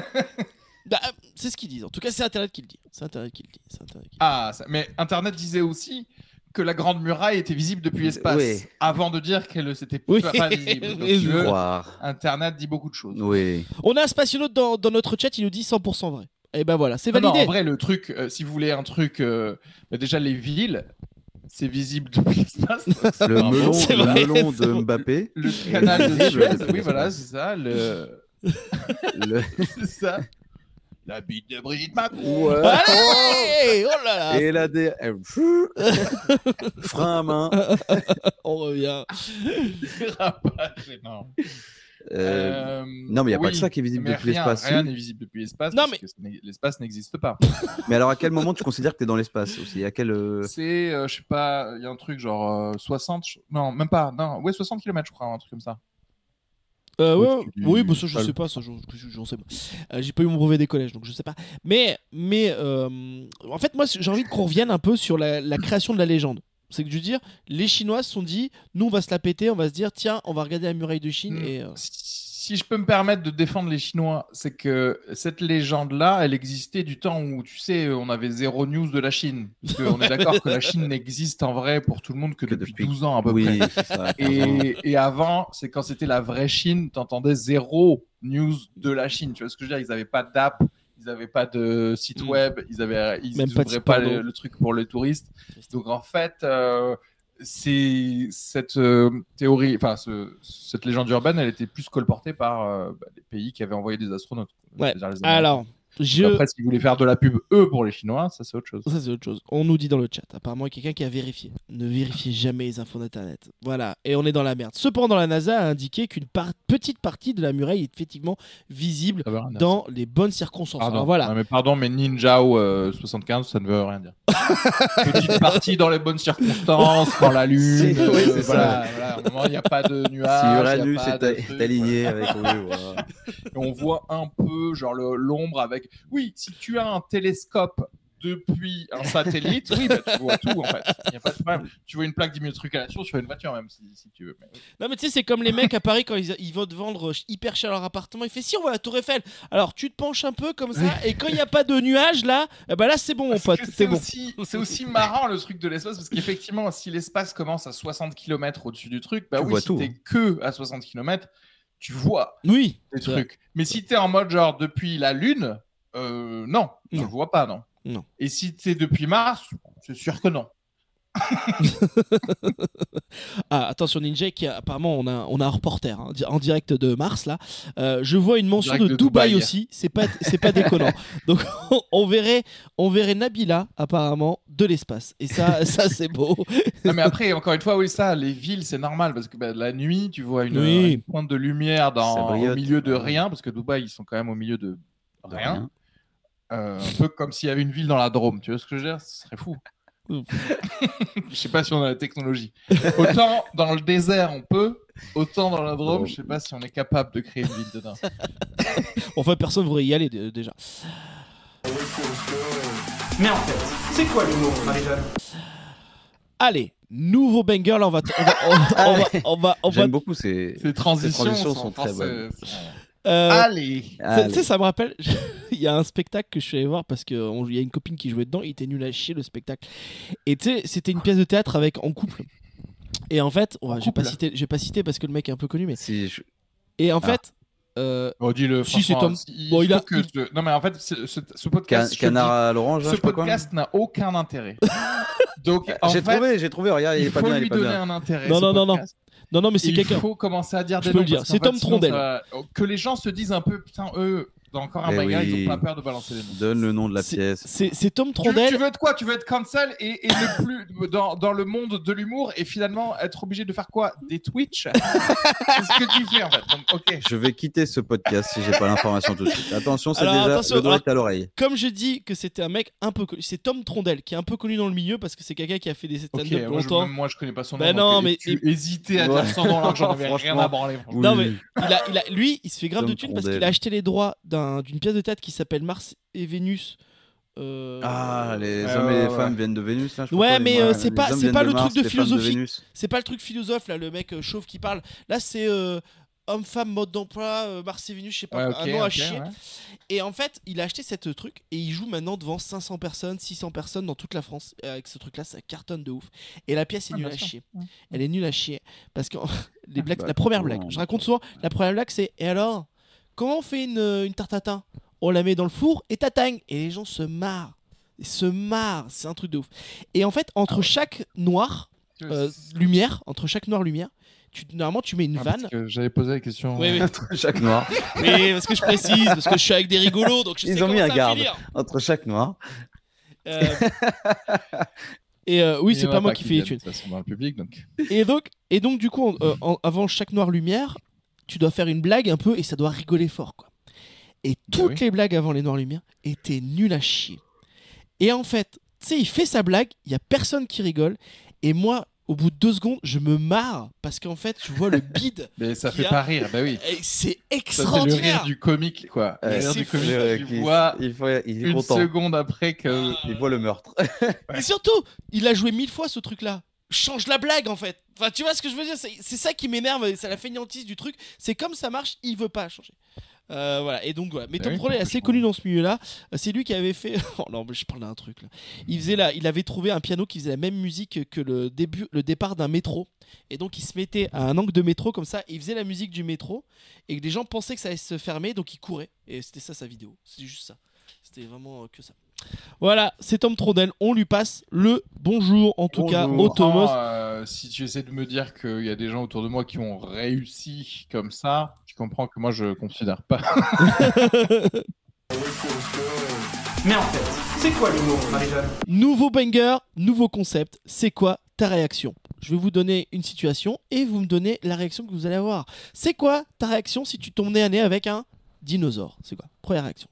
S1: Bah, euh, c'est ce qu'ils disent. En tout cas, c'est Internet qui le dit. C'est Internet qui le dit. C'est Internet qui le dit.
S4: Ah, ça- mais Internet disait aussi que la Grande Muraille était visible depuis l'espace,
S2: Euh, Oui.
S4: avant de dire qu'elle ne s'était
S1: Oui.
S4: pas, pas visible. Donc,
S1: Oui,
S4: tu
S1: je
S4: veux,
S2: Croire.
S4: Internet dit beaucoup de choses.
S2: Oui.
S1: On a un spationaute dans, dans notre chat, il nous dit 100% vrai. Et ben voilà, c'est
S4: Non, Ah non,
S1: validé.
S4: en vrai, le truc, euh, si vous voulez un truc, euh, bah, déjà les villes, c'est visible depuis l'espace. donc c'est
S2: Le
S4: vraiment-
S2: melon,
S1: C'est
S2: le
S1: vrai,
S2: melon
S1: c'est vrai.
S2: de Mbappé.
S4: le canal de
S2: Visible
S4: Suez,
S2: depuis
S4: oui, voilà,
S2: l'espace.
S4: c'est ça. Le...
S2: Le-
S4: c'est ça. La bite de Brigitte Macron.
S1: Allez Oh là là
S2: Et la D. eh, pfiou. Frein à main.
S1: On revient.
S4: Rapace, énorme.
S2: Euh,
S4: Euh,
S2: non, mais y a pas
S4: oui,
S2: que ça qui est visible
S4: Euh, mais
S2: depuis
S4: rien-
S2: l'espace,
S4: Rien
S2: si.
S4: n'est visible depuis l'espace.
S1: Non,
S4: parce
S1: mais-
S4: que ça n'ex- l'espace n'existe pas.
S2: Mais alors, à quel moment tu considères que t'es dans l'espace aussi À quel euh,
S4: C'est, euh, je sais pas, il y a un truc genre euh, 60, je- non, même pas, non, ouais, 60 km, je crois, un truc comme ça.
S1: Euh, ouais,
S4: Au-dessus du-
S1: oui, bah ça je
S4: Voilà.
S1: sais pas, ça j'en je- j'en sais pas. Euh, J'ai pas eu mon brevet des collèges, donc je sais pas. Mais, mais euh, en fait, moi j'ai envie qu'on revienne un peu sur la, la création de la légende. C'est que je veux dire, les Chinois se sont dit, nous on va se la péter, on va se dire, tiens, on va regarder la muraille de Chine
S4: Mm.
S1: et. euh,
S4: Si je peux me permettre de défendre les Chinois, c'est que cette légende-là, elle existait du temps où, tu sais, on avait zéro news de la Chine. Parce que on est d'accord que la Chine n'existe en vrai pour tout le monde que,
S3: Que
S4: depuis,
S3: depuis-
S4: 12 ans à peu près.
S3: Oui, c'est ça.
S4: Et, et avant, c'est quand c'était la vraie Chine, t'entendais zéro news de la Chine. Tu vois ce que je veux dire Ils n'avaient pas d'app, ils n'avaient pas de site
S1: Mm.
S4: web, ils n'ouvraient ils
S1: Même pas de
S4: ouvraient
S1: site
S4: pas
S1: porno.
S4: le, le truc pour les touristes. Donc en fait, euh, c'est cette euh, théorie, enfin ce- cette légende urbaine, elle était plus colportée par euh, bah, les pays qui avaient envoyé des astronautes.
S1: Ouais.
S4: C'est-à-dire les Américains.
S1: Alors, je.
S4: Après, s'ils voulaient faire de la pub eux pour les Chinois, ça c'est autre chose.
S1: Ça, c'est autre chose. On nous dit dans le chat. Apparemment, il y a quelqu'un qui a vérifié. Ne vérifiez jamais les infos d'Internet. Voilà. Et on est dans la merde. Cependant, la NASA a indiqué qu'une par- petite partie de la muraille est effectivement visible
S4: Ça veut rien dire.
S1: dans les bonnes circonstances.
S4: Pardon.
S1: Alors, voilà.
S4: Ouais, mais pardon, mais Ninjao euh, 75, ça ne veut rien dire. Petite partie dans les bonnes circonstances, quand la lune,
S2: C'est-
S4: euh,
S2: oui, c'est
S4: voilà, voilà, à un moment, il n'y a pas de
S3: Si
S4: nuages. il y
S3: Uranus
S4: a pas
S3: est,
S4: de
S3: est
S4: trucs,
S3: aligné avec. Oui, voilà.
S4: et on voit un peu genre le- l'ombre avec. Oui, si tu as un télescope depuis un satellite, oui, bah, tu vois tout en fait. Il n'y a pas de problème. Tu vois une plaque d'immatriculation sur une voiture même si, si tu veux. Mais oui.
S1: Non, mais tu sais, c'est comme les mecs à Paris quand ils, ils vont te vendre euh, hyper cher leur appartement. Il fait si, on voit la Tour Eiffel. Alors, tu te penches un peu comme ça. et quand il n'y a pas de nuages là, eh ben là, c'est bon, mon
S4: Parce
S1: pote.
S4: que
S1: C'est
S4: C'est
S1: bon.
S4: aussi, c'est aussi marrant le truc de l'espace parce qu'effectivement, si l'espace commence à 60 km au-dessus du truc, bah
S3: Tu
S4: oui,
S3: vois
S4: si
S3: tout.
S4: t'es
S1: hein.
S4: que à 60 km, tu vois
S1: Oui.
S4: des
S1: C'est vrai.
S4: trucs. Mais si t'es en mode genre depuis la Lune, euh, non, tu
S1: Non.
S4: le vois pas, non.
S1: Non.
S4: Et si t'es depuis Mars, c'est sûr que non.
S1: Ah, attention Ninja, qui a- apparemment on a, on a un reporter hein, di- en direct de Mars là. Euh, je vois une mention de,
S4: Direct de
S1: Dubaï,
S4: Dubaï.
S1: aussi. C'est pas, c'est pas déconnant. Donc on, on verrait, on verrait Nabila apparemment de l'espace. Et ça, ça c'est beau.
S4: Non, mais après, encore une fois, oui, ça, les villes, c'est normal parce que bah, la nuit, tu vois une,
S1: Oui.
S4: une pointe de lumière dans,
S3: Ça brille.
S4: au milieu de rien parce que Dubaï, ils sont quand même au milieu de
S3: De
S4: rien. Euh, un peu comme s'il y avait une ville dans la Drôme. Tu vois ce que je veux dire Ce serait fou. je sais pas si on a la technologie. Autant dans le désert on peut, autant dans la Drôme, je sais pas si on est capable de créer une ville dedans.
S1: Enfin personne voudrait y aller euh, déjà.
S5: Mais en fait, c'est quoi l'humour, Marie-Jeanne
S1: Allez, nouveau banger. Là on va, t- on va, on- on va- on va- on va-
S3: J'aime beaucoup ces.
S4: Ces transitions,
S3: Ces transitions
S4: sont,
S3: sont très
S4: françaises.
S1: euh,
S4: Allez
S3: Ah,
S1: Tu sais- Tu sais, ça me rappelle, il y a un spectacle que je suis allé voir parce qu'il y a une copine qui jouait dedans, il était nul à chier le spectacle. Et tu sais, c'était une pièce de théâtre avec en couple. Et en fait, ouais, j'ai pas
S4: couple.
S1: cité, j'ai pas cité parce que le mec est un peu connu, mais.
S3: Si je-
S1: Et en
S3: Ah.
S1: fait, euh,
S4: On dit le
S1: Si, c'est Tom.
S4: Il
S1: Bon, il
S4: faut
S1: a-
S4: que je- Non mais en fait, ce, ce- ce podcast,
S3: Can-
S4: je te le
S3: canard
S4: dis,
S3: à l'orange, là,
S4: ce
S3: je sais pas quoi. Ah,
S4: podcast n'a aucun intérêt. Donc en
S3: J'ai
S4: fait,
S3: trouvé, j'ai trouvé. Regarde, il est
S4: il
S3: pas
S4: faut
S3: bien, il
S4: lui
S3: est pas
S4: donner
S3: bien.
S4: un intérêt.
S1: Non,
S4: ce
S1: non, non, non.
S4: podcast.
S1: non, non, mais c'est
S4: il
S1: quelqu'un.
S4: faut commencer à dire
S1: Je
S4: des
S1: peux
S4: noms,
S1: le dire,
S4: parce
S1: c'est
S4: qu'en fait,
S1: Tom
S4: sinon,
S1: Trondel.
S4: ça va- Que les gens se disent un peu, putain, eux, dans encore un
S3: Mais
S4: bagarre,
S3: Eh oui.
S4: ils ont pas peur de balancer les noms.
S3: Donne le nom de la pièce.
S1: C'est c'est Tom
S4: Tu,
S1: Trondel.
S4: tu veux de quoi Tu veux être cancel et, et ne plus dans, dans le monde de l'humour et finalement être obligé de faire quoi Des Twitch C'est ce que tu fais en fait. Donc, ok.
S3: Je vais quitter ce podcast si j'ai pas l'information tout de suite. Attention, c'est
S1: Alors,
S3: déjà
S1: attention,
S3: le doigt
S4: ah,
S1: alors-
S3: est à l'oreille.
S1: Comme je dis que c'était un mec un peu connu, c'est Tom Trondel qui est un peu connu dans le milieu parce que c'est quelqu'un qui a fait des
S4: Ok,
S1: stand-up
S4: moi je,
S1: longtemps.
S4: même moi, je connais pas son
S1: Bah
S4: nom. donc,
S1: non,
S4: euh,
S1: mais-
S4: tu hésitais à dire
S3: Ouais.
S4: son nom alors que j'en avais rien
S3: Franchement.
S4: à branler. franchement.
S1: Non,
S3: Oui.
S1: Il a, il a- lui, il se fait grave
S3: Tom
S1: de thunes parce
S3: Trondel.
S1: qu'il a acheté les droits d'un- d'une pièce de théâtre qui s'appelle Mars et Vénus. Euh,
S3: Ah, les
S4: Ouais,
S3: hommes et
S4: ouais,
S3: les
S4: ouais.
S3: femmes viennent de Vénus.
S2: hein,
S3: Là, je
S1: Ouais,
S3: crois,
S1: mais,
S3: les-
S1: euh, c'est
S3: les
S1: pas-
S3: hommes
S1: c'est
S3: viennent
S1: pas
S3: de
S1: le
S3: Mars,
S1: truc de
S3: les femmes
S1: philosophie.
S3: Vénus.
S1: C'est pas le truc philosophe là, le mec euh, chauve qui parle. Là, c'est euh, homme-femme, mode d'emploi, euh, Mars et Vénus, je sais
S4: Ouais,
S1: pas,
S4: ok,
S1: un nom à
S4: ok,
S1: chier.
S4: ouais.
S1: Et en fait, il a acheté cette euh, truc et il joue maintenant devant 500 personnes, 600 personnes dans toute la France. Euh, Avec ce truc-là, ça cartonne de ouf. Et la pièce est
S4: Ah,
S1: nulle
S4: bien
S1: à
S4: sûr. Ah,
S1: chier. Elle est nulle à chier. Parce que les blagues,
S3: bah,
S1: la première
S3: comment,
S1: blague, je raconte souvent, la première blague c'est Et alors Comment on fait une, euh, une tarte tatin On la met dans le four et tatagne Et les gens se marrent. Ils se marrent. C'est un truc de ouf. Et en fait,
S4: Ah
S1: entre chaque noir,
S4: Tu-
S1: euh, lumière, entre chaque noir lumière, tu, normalement tu mets une
S4: Ah, parce
S1: vanne.
S4: que J'avais posé la question.
S1: Oui, oui.
S3: Entre chaque noir,
S1: Oui, parce que je précise, parce que je suis avec des rigolos, donc je
S3: Ils
S1: sais
S3: ont
S1: comment
S3: mis un
S1: ça
S3: garde.
S1: finir.
S3: entre chaque noir.
S1: Euh, Et euh, oui, c'est pas moi qui fais les thunes.
S4: Ça sont dans le public donc.
S1: Et donc, et donc du coup, en- euh, en- avant chaque noire lumière, tu dois faire une blague un peu et ça doit rigoler fort, quoi. Et toutes
S4: oui.
S1: les blagues avant les noires lumières étaient nulles à chier. Et en fait, tu sais, il fait sa blague, il y a personne qui rigole, et moi, au bout de deux secondes, je me marre parce qu'en fait, tu vois le bide.
S4: Mais ça
S1: Qui
S4: fait
S1: a-
S4: pas rire, bah oui.
S1: Et Eh, c'est
S4: Ça, c'est le
S1: extraordinaire.
S4: rire du comique, quoi.
S3: Euh,
S4: Le rire
S1: c'est
S4: du
S1: fou.
S4: comique,
S3: Le-
S4: tu
S3: qui-
S4: vois
S3: il, faut- il est
S4: une
S3: content.
S4: seconde après que.
S3: Il voit le meurtre.
S1: Et surtout, il a joué mille fois ce truc-là. change la blague en fait. Enfin, tu vois ce que je veux dire C'est c'est ça qui m'énerve, et c'est la fainéantise du truc. C'est comme ça marche, il veut pas changer. Euh, voilà, et donc voilà. Mais
S4: Ah
S1: Tom
S4: oui,
S1: Crowley est assez
S4: franchement.
S1: connu dans ce milieu-là. Euh, C'est lui qui avait fait. Oh non, mais je parle d'un truc là. Il, faisait la... il avait trouvé un piano qui faisait la même musique que le, début... le départ d'un métro. Et donc il se mettait à un angle de métro comme ça, et il faisait la musique du métro. Et que les gens pensaient que ça allait se fermer, donc ils couraient. Et c'était ça sa vidéo. C'était juste ça. C'était vraiment euh, que ça. Voilà, c'est Tom Trondel. On lui passe le bonjour, en tout cas,
S4: Bonjour.
S1: au Thomas.
S4: Euh, si tu essaies de me dire qu'il y a des gens autour de moi qui ont réussi comme ça, tu comprends que moi je considère pas.
S5: Mais en fait, c'est quoi l'humour, Marie-Jeanne
S1: Nouveau banger, nouveau concept, c'est quoi ta réaction Je vais vous donner une situation et vous me donnez la réaction que vous allez avoir. C'est quoi ta réaction si tu tombes nez à nez avec un dinosaure C'est quoi Première réaction.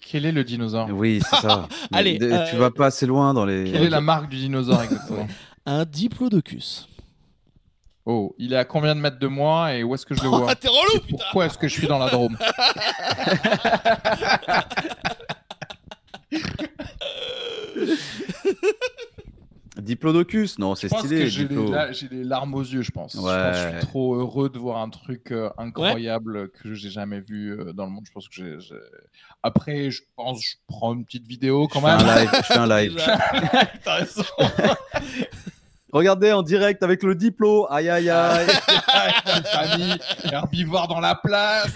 S4: Quel est le dinosaure
S2: Oui, c'est ça. Mais
S1: Allez,
S2: de-
S1: euh,
S2: Tu vas pas assez loin dans les.
S4: Quelle est la marque du dinosaure exactement
S1: Un diplodocus.
S4: Oh, il est à combien de mètres de moi et où est-ce que je le vois
S1: Ah, t'es relou,
S4: Et
S1: putain
S4: Pourquoi est-ce que je suis dans la Drôme
S2: Diplodocus, non, c'est
S4: Je pense que
S2: stylé.
S4: j'ai
S2: Diplo.
S4: les, la- j'ai les larmes aux yeux, je pense. Je
S2: Ouais.
S4: pense que Je, suis trop heureux de voir un truc euh, incroyable que j'ai jamais vu euh, dans le monde. Je pense que j'ai- j'ai- après, je pense, que je prends une petite vidéo
S2: Je
S4: quand
S2: fais un
S4: même.
S2: live. Je fais un live.
S1: Déjà.
S4: T'as raison.
S2: Regardez en direct avec le diplo. Aïe aïe
S4: Ah.
S2: aïe.
S4: Une famille herbivore dans la place.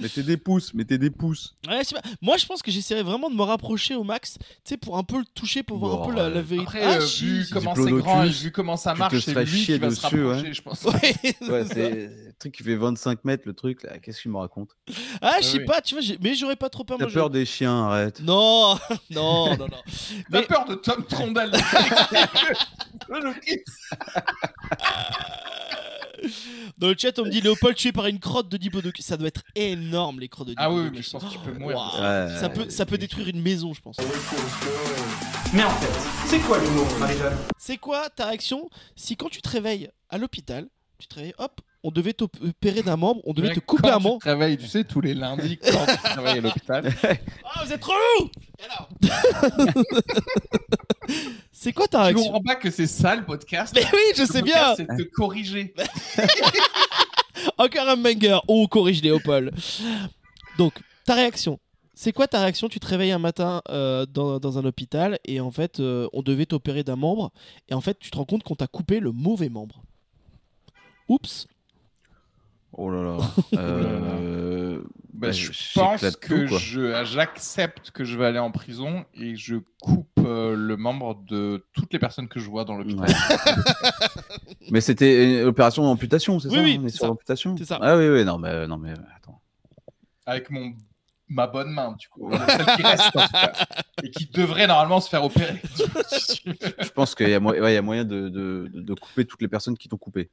S2: mettez des pouces, mettez des pouces.
S1: Ouais, je sais pas. Moi, je pense que j'essaierai vraiment de me rapprocher au max, tu sais, pour un peu le toucher, pour voir un
S2: Bon,
S1: peu la, la
S2: ouais.
S1: vérité.
S4: Après,
S1: Ah,
S4: euh,
S1: si,
S4: vu
S1: si.
S4: comment c'est
S2: Diplodocus,
S4: grand et vu comment ça
S2: tu
S4: marche,
S2: te
S4: c'est
S2: serais
S4: lui qui
S2: chié
S4: va se
S2: dessus, ouais.
S4: rapprocher, je pense.
S1: Ouais,
S2: Ouais, c'est le truc qui fait 25 mètres, le truc là. Qu'est-ce que tu me racontes
S1: ah, je sais
S4: oui.
S1: pas, tu vois, j'ai- mais j'aurais pas trop peur.
S2: T'as
S1: moi,
S2: peur des chiens, arrête.
S1: je- Non, non, non, non.
S4: T'as
S1: Mais-
S4: peur de Tom Trondel Le- le clip.
S1: Dans le chat, on me dit Léopold tué par une crotte de diplodocus. Ça doit être énorme les crottes de
S4: Ah
S1: diplodocus.
S4: oui, oui, mais je pense que tu peux mourir.
S1: Waouh.
S2: Ouais.
S1: Ça peut, ça peut détruire une maison, je pense.
S5: Mais en fait, c'est quoi l'humour, Marie-Jeanne
S1: C'est quoi ta réaction si quand tu te réveilles à l'hôpital, tu te réveilles, hop, on devait t'opérer d'un membre, on devait
S4: Mec,
S1: te couper
S4: quand
S1: un membre.
S4: Tu te réveilles, tu sais, tous les lundis quand tu travailles à l'hôpital.
S1: Ah, vous êtes trop lourd C'est quoi ta
S4: Tu
S1: réaction
S4: comprends pas que c'est ça le podcast.
S1: Ah, Mais oui, je
S4: Le
S1: sais bien.
S4: podcast, C'est de te corriger.
S1: Encore un banger. Oh, corrige Léopold. Donc, ta réaction. C'est quoi ta réaction Tu te réveilles un matin euh, dans, dans un hôpital et en fait, euh, on devait t'opérer d'un membre et en fait, tu te rends compte qu'on t'a coupé le mauvais membre. Oups.
S2: Oh là là. Euh,
S4: Bah,
S2: Ouais,
S4: je
S2: je-
S4: pense
S2: j'éclate
S4: que
S2: tout, quoi.
S4: je- ah, j'accepte que je vais aller en prison et je coupe euh, le membre de toutes les personnes que je vois dans l'hôpital.
S2: Ouais. mais c'était une opération amputation, c'est
S1: Oui,
S2: ça hein,
S1: oui,
S2: On est
S1: c'est
S2: sur
S1: ça.
S2: l'amputation
S1: C'est ça.
S2: Ah oui, oui, non, mais, euh, non, mais euh, attends.
S4: Avec mon, ma bonne main, du coup. Euh, Celle qui reste, en tout cas, et qui devrait normalement se faire opérer.
S2: Je pense qu'il y, a mo- ouais, il y a moyen de, de- de- de couper toutes les personnes qui t'ont coupé.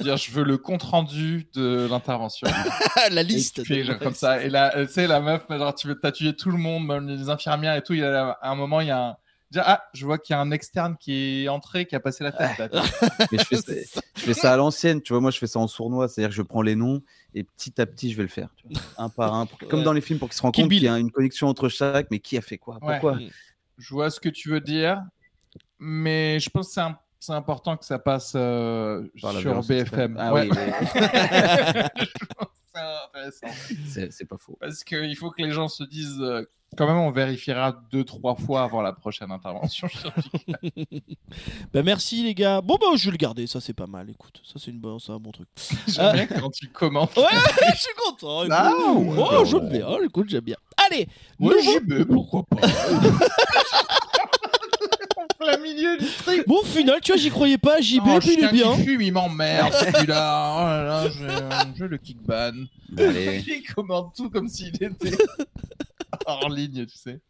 S4: Dire, je veux le compte rendu de l'intervention.
S1: Ah, la
S4: Et
S1: liste.
S4: tu fais, genre, comme ça. Et là, euh, tu sais, la meuf, genre, tu veux tué tout le monde, même les infirmières et tout. Il y a, à un moment, il y a un. déjà, ah, je vois qu'il y a un externe qui est entré, qui a passé la tête. là.
S2: Mais je fais, ça- je fais ça à l'ancienne, tu vois. Moi, je fais ça en sournois, c'est-à-dire que je prends les noms et petit à petit, je vais le faire. tu vois, un par un, pour- comme
S1: Ouais.
S2: dans les films, pour qu'ils se rendent
S1: Kill
S2: compte qu'il y
S1: Bill.
S2: a une connexion entre chaque, mais qui a fait quoi
S4: Ouais.
S2: Pourquoi
S4: Je vois ce que tu veux dire, mais je pense que c'est un- c'est important que ça passe euh,
S2: Par la
S4: sur
S2: violence, etc.
S4: BFM.
S2: Ah
S4: Ouais.
S2: oui, mais-
S4: C'est intéressant.
S2: c'est c'est pas faux.
S4: Parce qu'il faut que les gens se disent, euh, quand même, on vérifiera deux, trois fois avant la prochaine intervention.
S1: Bah, merci les gars. Bon, bah, je vais le garder. Ça, c'est pas mal. Écoute, ça, c'est une bonne, c'est un bon truc.
S4: J'aime bien quand tu commentes.
S1: Ouais, je suis content. écoute.
S4: Ah, ouais.
S1: oh, j'aime bien. Oh, écoute, j'aime bien. Allez,
S4: Moi,
S1: nouveau-
S4: j'y vais, pourquoi pas Plein milieu du truc
S1: Bon, final, tu vois, j'y croyais pas. JB,
S4: Oh,
S1: puis il est
S4: chien qui
S1: bien.
S4: fume, il m'emmerde celui-là. Oh là là, je, vais- je vais le kickban.
S2: Allez.
S4: Il commande tout comme s'il était hors ligne, tu sais.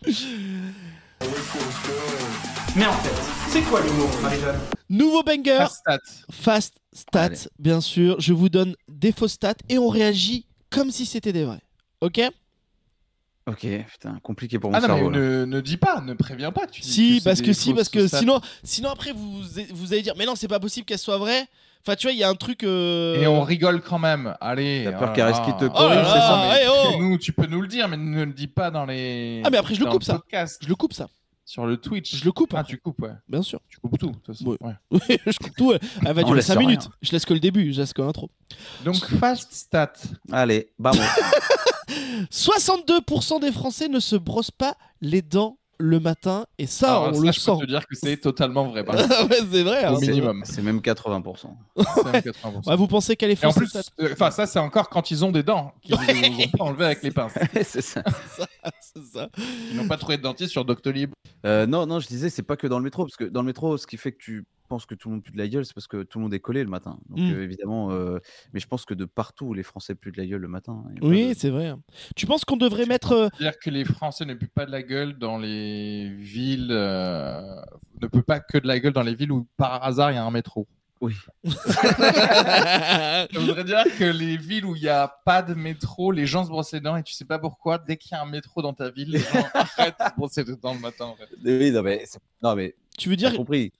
S5: Mais en fait, c'est quoi l'humour, Marie-Jeanne
S1: Nouveau banger.
S4: Stat.
S1: Fast stats,
S2: Allez.
S1: bien sûr. Je vous donne des fausses stats et on réagit comme si c'était des vrais. Ok
S2: Ok, putain, compliqué pour mon
S4: Ah non, mais
S2: cerveau. là.
S4: ne, ne dis pas, ne préviens pas. Tu dis
S1: Si,
S4: c'est
S1: parce
S4: des
S1: que si,
S4: fausses
S1: parce que
S4: stats.
S1: sinon, sinon après vous, vous allez dire, mais non, c'est pas possible qu'elle soit vraie. Enfin, tu vois, il y a un truc. euh,
S4: Et on rigole quand même. Allez.
S2: T'as peur
S4: oh
S2: qu'il
S4: là
S2: reste qu'il te
S4: là.
S2: corrige, Oh là c'est
S1: là, ça eh oh.
S4: Nous, tu peux nous le dire, mais ne le dis pas dans les.
S1: Ah, mais après, je le
S4: dans
S1: coupe, ça.
S4: podcast.
S1: Je le coupe ça.
S4: sur le Twitch.
S1: Je le coupe,
S4: Ah,
S1: après.
S4: tu coupes, ouais.
S1: bien sûr.
S4: Tu coupes tout, de toute façon.
S1: Ouais.
S4: Ouais.
S1: Oui, je coupe tout. euh, Elle va
S2: On
S1: durer
S2: laisse
S1: 5
S2: rien.
S1: minutes. Je laisse que le début, je laisse que l'intro.
S4: Donc, fast stat.
S2: Allez, bah bon.
S1: 62% des Français ne se brossent pas les dents le matin. Et ça,
S4: Alors,
S1: on
S4: Ah, ça,
S1: le
S4: je
S1: sent.
S4: peux te dire que c'est totalement vrai. par contre.
S1: Ah ouais, c'est vrai. hein.
S4: Au minimum.
S2: C'est même 80%.
S4: C'est un 80%.
S1: Ouais, vous pensez qu'elle est
S4: Et en
S1: fausse
S4: plus,
S1: cette stat
S4: euh, enfin ça c'est encore quand ils ont des dents qu'ils ne ont pas enlevé avec les pinces.
S2: c'est ça.
S1: C'est ça.
S4: Ils n'ont pas trouvé de dentiste sur Doctolib.
S2: Euh, non, non, je disais, c'est pas que dans le métro, parce que dans le métro, ce qui fait que tu penses que tout le monde pue de la gueule, c'est parce que tout le monde est collé le matin. Donc
S1: Mm.
S2: euh, évidemment, euh, mais je pense que de partout, les Français puent de la gueule le matin. hein, Il y a pas
S1: Oui,
S2: de-
S1: c'est vrai. Tu penses qu'on devrait mettre. euh,
S4: C'est-à-dire que les Français ne puent pas de la gueule dans les villes, euh, ne puent pas que de la gueule dans les villes où par hasard il y a un métro.
S1: euh,
S4: Ça voudrait dire que les villes où il n'y a pas de métro, les gens se brossent les dents et tu sais pas pourquoi, dès qu'il y a un métro dans ta ville, les gens arrêtent de se brosser les dents le matin. en fait.
S2: Oui, non, mais, c'est- non, mais
S1: tu veux
S2: t'as
S1: dire.
S2: compris.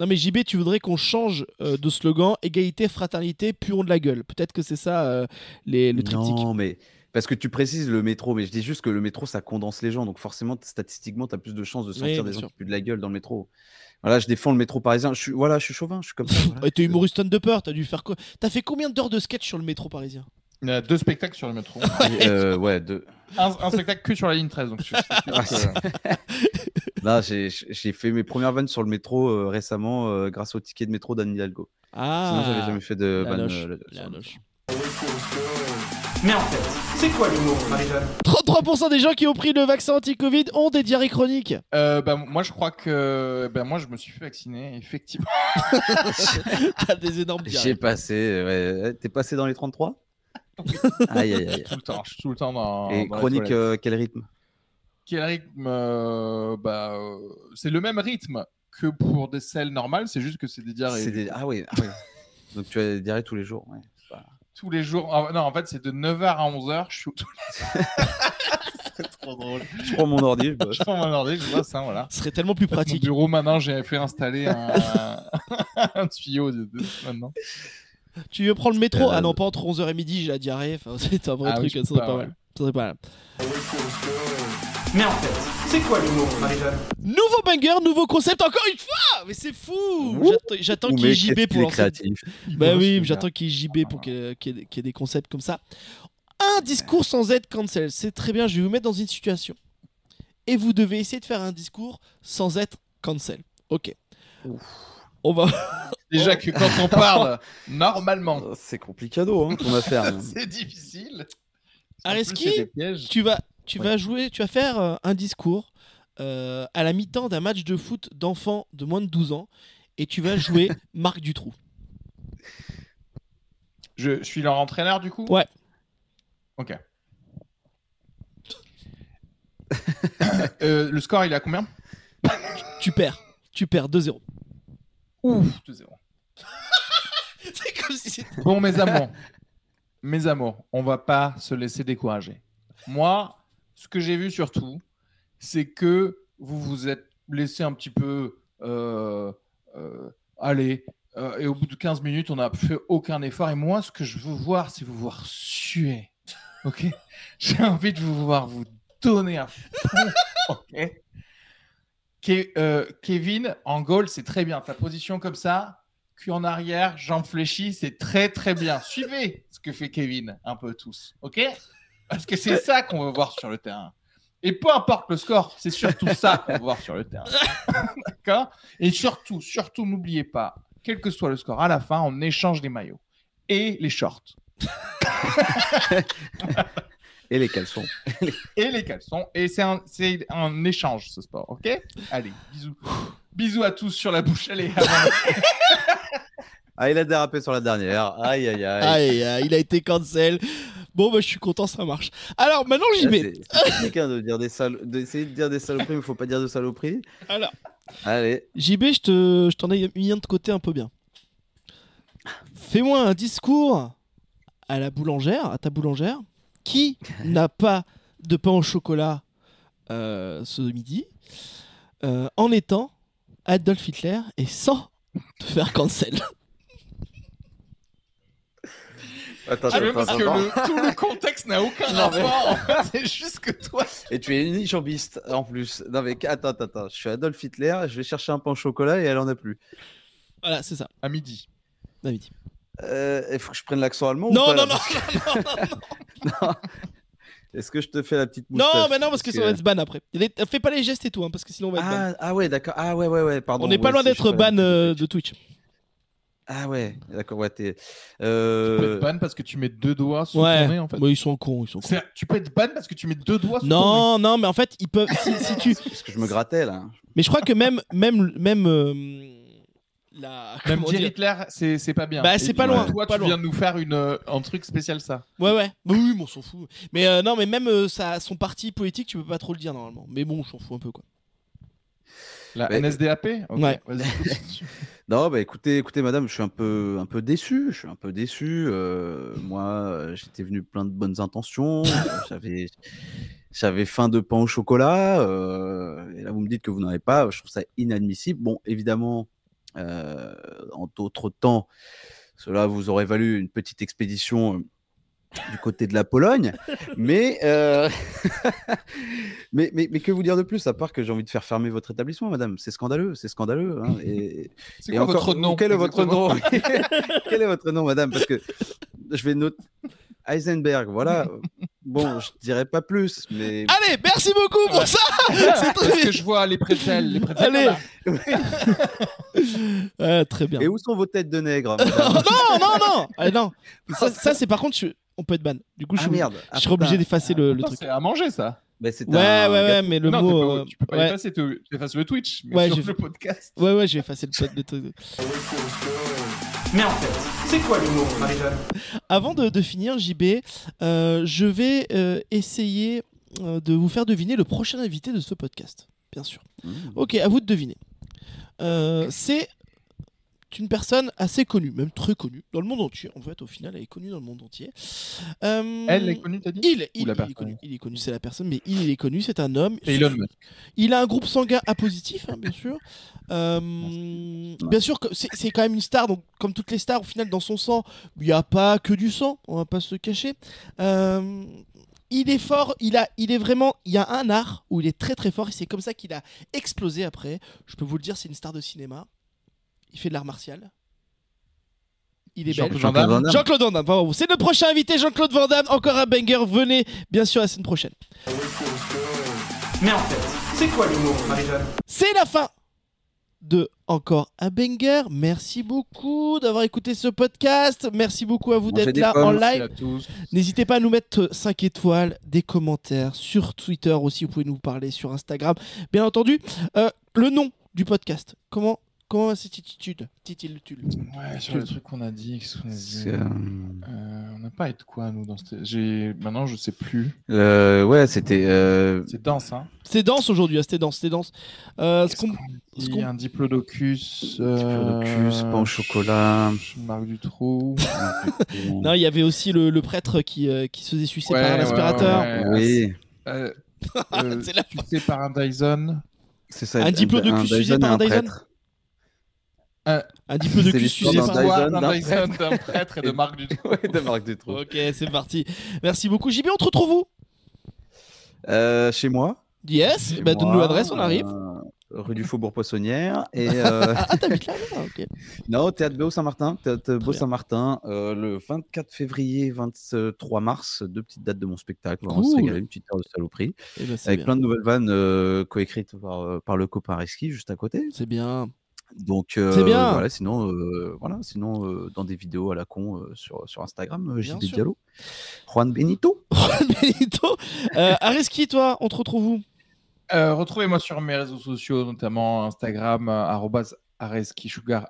S1: Non, mais JB, tu voudrais qu'on change euh, de slogan égalité, fraternité, puons de la gueule. Peut-être que c'est ça euh, les, le triptyque.
S2: Non, mais parce que tu précises le métro, mais je dis juste que le métro, ça condense les gens. Donc forcément, t- statistiquement, tu as plus de chances de sentir
S1: bien
S2: des gens
S1: sûr.
S2: qui puent de la gueule dans le métro. Voilà, je défends le métro parisien. Je suis, voilà, je suis chauvin, je suis comme ça. voilà.
S1: Ouais, T'es humoriste tonne de peur, t'as dû faire quoi T'as fait combien d'heures de sketch sur le métro parisien
S4: Il y a deux spectacles sur le métro.
S2: Et, euh, ouais, de...
S4: un, un spectacle que sur la ligne 13. Donc euh, je-
S2: Ah,
S4: je-
S2: c'est- Là, j'ai- j'ai fait mes premières vannes sur le métro euh, récemment euh, grâce au ticket de métro d'Anne Hidalgo. Sinon, j'avais
S1: Ah
S2: jamais fait de
S1: la
S2: vanne.
S1: loche,
S2: euh, le-
S1: la
S2: sur le-
S1: loche.
S5: Mais en fait, c'est quoi l'humour, Marie-Jeanne
S1: 33% des gens qui ont pris le vaccin anti-Covid ont des diarrhées chroniques.
S4: Euh, bah, moi, je crois que bah, moi, je me suis fait vacciner, effectivement.
S1: T'as Ah, des énormes
S2: J'ai
S1: diarrhées.
S2: passé. ouais, Euh, T'es passé dans les 33 Aïe, aïe, aïe.
S4: tout le temps. Je suis tout le temps dans.
S2: Et
S4: dans les
S2: chronique,
S4: toilettes.
S2: euh, quel rythme
S4: Quel rythme euh, bah, euh, C'est le même rythme que pour des selles normales, c'est juste que c'est des diarrhées.
S2: C'est des- Ah oui. ah oui. Donc tu as des diarrhées tous les jours. ouais.
S4: Tous les jours. Ah, non, en fait, c'est de 9h à 11h. Je suis tous les C'est trop drôle.
S2: Je prends mon ordi, je bosse.
S4: Je prends mon ordi, je vois ça, voilà.
S1: Ce serait tellement plus
S4: Mon
S1: pratique.
S4: bureau, maintenant, j'ai fait installer un, un tuyau de- de- maintenant.
S1: Tu veux prendre le métro
S2: Euh,
S1: Ah non, pas entre 11h et midi, j'ai la diarrhée. Enfin, c'est un vrai
S4: Ah oui,
S1: truc,
S4: je
S1: ça
S4: peux
S1: serait
S4: pas,
S1: pas,
S4: ouais.
S1: mal. Ça serait pas mal.
S5: Mais en fait, c'est quoi l'humour, Marie-Jeanne
S1: Nouveau banger, nouveau concept, encore une fois Mais c'est fou
S2: Ouh.
S1: J'attends- J'attends
S2: Ou
S1: qu'il y ait
S2: mais
S1: JB
S2: qu'est-ce
S1: pour
S2: qu'il est
S1: lancer.
S2: créatif.
S1: Bah oui,
S4: Il bosse, le
S1: j'attends qu'il y ait JB pour qu'il qu'il y, ait- qu'il y ait des concepts comme ça. Un discours sans être cancel. C'est très bien, je vais vous mettre dans une situation. Et vous devez essayer de faire un discours sans être cancel. Ok. On va...
S4: Déjà que quand on parle normalement,
S2: Oh, C'est complicado hein, ton affaire. hein.
S4: c'est difficile.
S1: Areski
S4: En plus, c'est des pièges.
S1: tu vas, tu
S2: Ouais.
S1: vas jouer, tu vas faire euh, un discours euh, à la mi-temps d'un match de foot d'enfants de moins de 12 ans et tu vas jouer Marc Dutroux.
S4: Je, je suis leur entraîneur du coup
S1: Ouais.
S4: Ok. Euh, le score, il est à combien
S1: Tu perds. Tu perds 2-0.
S4: Ouf, 2-0.
S1: C'est comme si c'était-
S4: Bon, mes amours, mes amours, on va pas se laisser décourager. Moi, ce que j'ai vu surtout, c'est que vous vous êtes laissé un petit peu euh, euh, aller. euh, et au bout de 15 minutes, on n'a fait aucun effort. Et moi, ce que je veux voir, c'est vous voir suer. Ok J'ai envie de vous voir vous donner un fond. Ok Ke- euh, Kevin, en goal, c'est très bien. Ta position comme ça, cul en arrière, jambes fléchies, c'est très très bien. Suivez ce que fait Kevin, un peu tous, ok Parce que c'est ça qu'on veut voir sur le terrain. Et peu importe le score, c'est surtout ça qu'on veut voir sur le terrain. D'accord Et surtout, surtout, n'oubliez pas, quel que soit le score, à la fin, on échange les maillots et les shorts
S2: Et les caleçons.
S4: et les caleçons. Et c'est un, c'est un échange, ce sport, ok Allez, bisous. Bisous à tous sur la bouche. Allez, à vendredi.
S2: Ah, il a dérapé sur la dernière. Aïe, aïe, aïe.
S1: Aïe, aïe, il a été cancel. Bon, bah, je suis content, ça marche. Alors, maintenant, j'y
S2: Là,
S1: vais.
S2: c'est- c'est technique, hein, de dire des sal- d'essayer de dire des saloperies, mais faut pas dire de saloperies.
S1: Alors,
S2: Allez,
S1: JB, je te- je t'en ai mis un de côté un peu bien. Fais-moi un discours à la boulangère, à ta boulangère, qui n'a pas de pain au chocolat euh, ce midi, euh, en étant Adolf Hitler et sans te faire cancel.
S2: Attends,
S4: Tu
S2: attends,
S4: vois, Ah, parce
S2: attends,
S4: que
S2: attends.
S4: le- tout le contexte n'a aucun
S2: Non, mais-
S4: rapport. en fait. C'est juste que toi.
S2: Et tu es une jambiste en plus. Non mais attends, attends, attends. Je suis Adolf Hitler, je vais chercher un pain au chocolat et elle en a plus.
S1: Voilà, c'est ça.
S4: À midi.
S1: David.
S2: Euh, Il faut que je prenne l'accent allemand ou
S1: Non,
S2: pas, là,
S1: non, non,
S2: parce que- Est-ce que je te fais la petite
S1: non,
S2: moustache
S1: mais non, parce que
S2: parce
S1: ça va
S2: que-
S1: être ban après. Les- Fais pas les gestes et tout, hein, parce que sinon on va être ban.
S2: ah, ah ouais, d'accord. Ah ouais, ouais, ouais, pardon.
S1: On n'est pas
S2: ouais,
S1: loin
S2: si, je
S1: d'être
S2: connais.
S1: ban euh, de Twitch.
S2: Ah ouais, d'accord, ouais, t'es...
S4: Tu peux
S2: Euh...
S4: être ban parce que tu mets deux doigts sur
S1: Ouais.
S4: ton nez en fait.
S1: Mais ils sont cons, ils sont cons.
S4: C'est- Tu peux être ban parce que tu mets deux doigts sur ton nez.
S1: Non, non, mais en fait, ils peuvent. Si, si tu.
S2: Parce que je me grattais là.
S1: Mais je crois que même, même, même. euh, la.
S4: Même
S1: comment
S4: dire
S1: dire
S4: Hitler, c'est c'est pas bien.
S1: Bah, c'est
S4: Et
S1: pas
S4: du coup,
S1: loin,
S4: Toi,
S1: pas
S4: tu
S1: loin.
S4: viens de nous faire une, euh, un truc spécial, ça.
S1: Ouais, ouais. Bah oui, mais on s'en fout. Mais euh, non, mais même euh, ça, son parti politique, tu peux pas trop le dire normalement. Mais bon, on s'en fout un peu quoi.
S4: La
S2: Mais-
S4: NSDAP Ok,
S1: Ouais.
S4: vas-y.
S2: Non, bah écoutez, écoutez, madame, je suis un peu, un peu déçu. Je suis un peu déçu. Euh, moi, euh, j'étais venu plein de bonnes intentions. euh, j'avais, j'avais faim de pain au chocolat. euh, et là, vous me dites que vous n'en avez pas. Je trouve ça inadmissible. Bon, évidemment, euh, en d'autres temps, cela vous aurait valu une petite expédition euh, du côté de la Pologne. Mais, euh, mais, mais, mais que vous dire de plus, à part que j'ai envie de faire fermer votre établissement, madame. C'est scandaleux, c'est scandaleux. hein, et,
S4: C'est
S2: et
S4: quoi
S2: encore,
S4: votre nom
S2: Quel est votre
S4: exactement
S2: nom Quel est votre nom, madame Parce que je vais noter Heisenberg. Voilà. Bon, je dirais pas plus, mais
S1: Allez, merci beaucoup pour ça C'est
S4: Parce
S1: très
S4: que je vois les prétzels, les prétzels.
S1: Allez
S4: là-bas.
S1: Euh, Très bien.
S2: et où sont vos têtes de nègres
S1: Oh,
S2: madame
S1: non, non, non Ah, Non Ça, ça, c'est par contre, je- on peut être ban. Du coup, je
S2: Ah
S1: suis,
S2: merde.
S1: je serai obligé d'effacer le, le
S4: Attends,
S1: truc.
S4: C'est à manger, ça.
S2: Bah, c'est
S1: Ouais,
S2: un
S1: ouais, ouais,
S2: gâteau.
S1: mais le
S4: non, t'es
S1: mot.
S4: pas-
S1: euh,
S4: tu peux pas
S1: ouais.
S4: effacer, tu tu effaces le Twitch, mais
S1: Ouais,
S4: sur
S1: j'ai-
S4: le podcast.
S1: ouais, ouais, je vais effacer le pod- le truc.
S5: Mais en fait, c'est quoi l'humour, Marie-Jeanne
S1: Avant de, de finir, JB, euh, je vais euh, essayer euh, de vous faire deviner le prochain invité de ce podcast, bien sûr.
S2: Mmh.
S1: Ok, à vous de deviner. Euh, c'est une personne assez connue, même très connue, dans le monde entier. En fait, au final, elle est connue dans le monde entier. Euh,
S4: Elle est connue, t'as dit
S1: Il, il-
S4: Ou
S1: il
S4: la
S1: est
S4: personne
S1: connu, il est connu, c'est la personne, mais il, il est connu, c'est un homme.
S4: Elon Musk.
S1: Il a un groupe sanguin A positif, hein, bien sûr. Euh, bien sûr que c'est c'est quand même une star, donc comme toutes les stars, au final, dans son sang, il n'y a pas que du sang, on va pas se cacher. Euh, il est fort, il a, il est vraiment, il y a un art où il est très très fort et c'est comme ça qu'il a explosé après. Je peux vous le dire, c'est une star de cinéma. Il fait de l'art martial. Il est
S4: Jean-Claude
S1: belge.
S4: Van Damme.
S2: Jean-Claude Van Damme.
S1: Jean-Claude Van Damme, pardon. c'est le prochain invité, Jean-Claude Van Damme, encore un banger, venez bien sûr la semaine prochaine.
S5: Mais en fait, c'est quoi l'humour, Marie-Jeanne
S1: C'est la fin de encore un banger. Merci beaucoup d'avoir écouté ce podcast. Merci beaucoup à vous
S2: Mangez
S1: d'être
S2: des
S1: là
S2: pommes,
S1: en
S4: Merci
S1: live.
S4: à tous.
S1: N'hésitez pas à nous mettre 5 étoiles, des commentaires sur Twitter aussi. Vous pouvez nous parler sur Instagram, bien entendu. Euh, le nom du podcast, comment comment s'intitule Titil
S4: Ouais, sur le truc qu'on a dit, qu'est-ce qu'on a dit
S2: C'est, euh,
S4: Euh, On n'a pas été quoi, nous, dans cette... J'ai... Maintenant, je sais plus.
S2: euh, ouais, c'était. euh,
S4: C'est dense, hein
S1: C'est dense aujourd'hui, ah, c'était dense, c'était dense. Euh, ce
S4: Qu'est-ce
S1: qu'on- ce
S4: Il
S1: qu'on-
S4: y a un diplodocus...
S2: Diplodocus,
S4: euh,
S2: pain au chocolat.
S4: Marc Dutroux...
S1: Non, il y avait aussi le, le prêtre qui, euh, qui se faisait sucer
S4: Ouais,
S1: par un
S4: ouais,
S1: aspirateur.
S4: ouais, ouais.
S2: oui,
S4: Euh, euh,
S1: C'est la
S4: tu sais, par un Dyson...
S2: c'est ça.
S1: Un diplodocus
S2: Dyson
S1: sucé par
S2: et
S1: un Dyson
S2: prêtre.
S1: Un petit peu de
S2: C'est
S1: cul
S2: l'histoire
S1: sucé
S2: d'un
S1: par-
S2: Dyson,
S4: L'histoire
S2: d'un
S4: d'un Dyson, d'un prêtre et de Marc Dutroux.
S2: Ouais, de Marc Dutroux.
S1: Ok, c'est parti. Merci beaucoup, JB. On te retrouve où
S2: Euh, chez moi.
S1: Yes,
S4: Chez
S1: bah, donne-nous
S2: moi,
S1: l'adresse, on arrive.
S2: euh, Rue du Faubourg Poissonnière. Et. euh,
S1: Ah, t'habites là, là Ok.
S2: Non, au théâtre Beau Saint-Martin, théâtre Beau
S1: bien.
S2: Saint-Martin, euh, le 24 février, 23 mars, deux petites dates de mon spectacle. On va se
S1: Cool.
S2: régaler, une petite heure de saloperie,
S1: Eh ben, c'est
S2: avec
S1: bien.
S2: plein de nouvelles vannes euh, coécrites par, euh, par le copain Reski juste à côté.
S1: C'est bien.
S2: Donc euh,
S1: C'est bien.
S2: voilà, sinon, euh, voilà, sinon euh, dans des vidéos à la con euh, sur, sur Instagram, euh, j'ai
S1: Bien
S2: des
S1: sûr.
S2: dialogues. Juan Benito.
S1: Juan Benito. Euh, Areski, toi, on te retrouve où
S4: Euh, Retrouvez-moi sur mes réseaux sociaux, notamment Instagram, euh, arrobase areskisugar,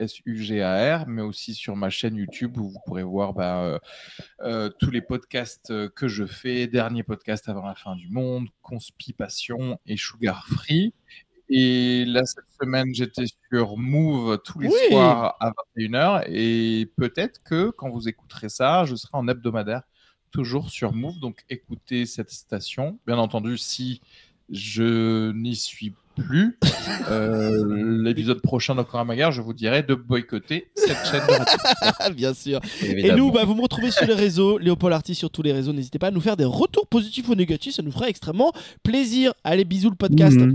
S4: A-R-E-Z-K-I-S-U-G-A-R, mais aussi sur ma chaîne YouTube où vous pourrez voir bah, euh, euh, tous les podcasts euh, que je fais, dernier podcast avant la fin du monde, Conspi Passion et Sugar Free. Et là, cette semaine, j'étais sur Move tous les
S1: Oui.
S4: soirs à 21h. Et peut-être que quand vous écouterez ça, je serai en hebdomadaire toujours sur Move. Donc écoutez cette station. Bien entendu, si Je n'y suis plus. Euh, L'épisode prochain d'Encore je vous dirai de boycotter cette chaîne de radio.
S1: Ah, bien sûr. Et nous, bah, vous me retrouvez sur les réseaux, Léopold Arty sur tous les réseaux. N'hésitez pas à nous faire des retours positifs ou négatifs, ça nous fera extrêmement plaisir. Allez, bisous le podcast.
S2: Mhm.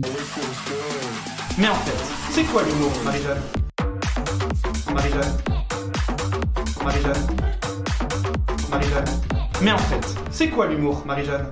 S5: Mais en fait, c'est quoi l'humour, Marie-Jeanne Marie-Jeanne Marie-Jeanne Marie-Jeanne Mais en fait, c'est quoi l'humour, Marie-Jeanne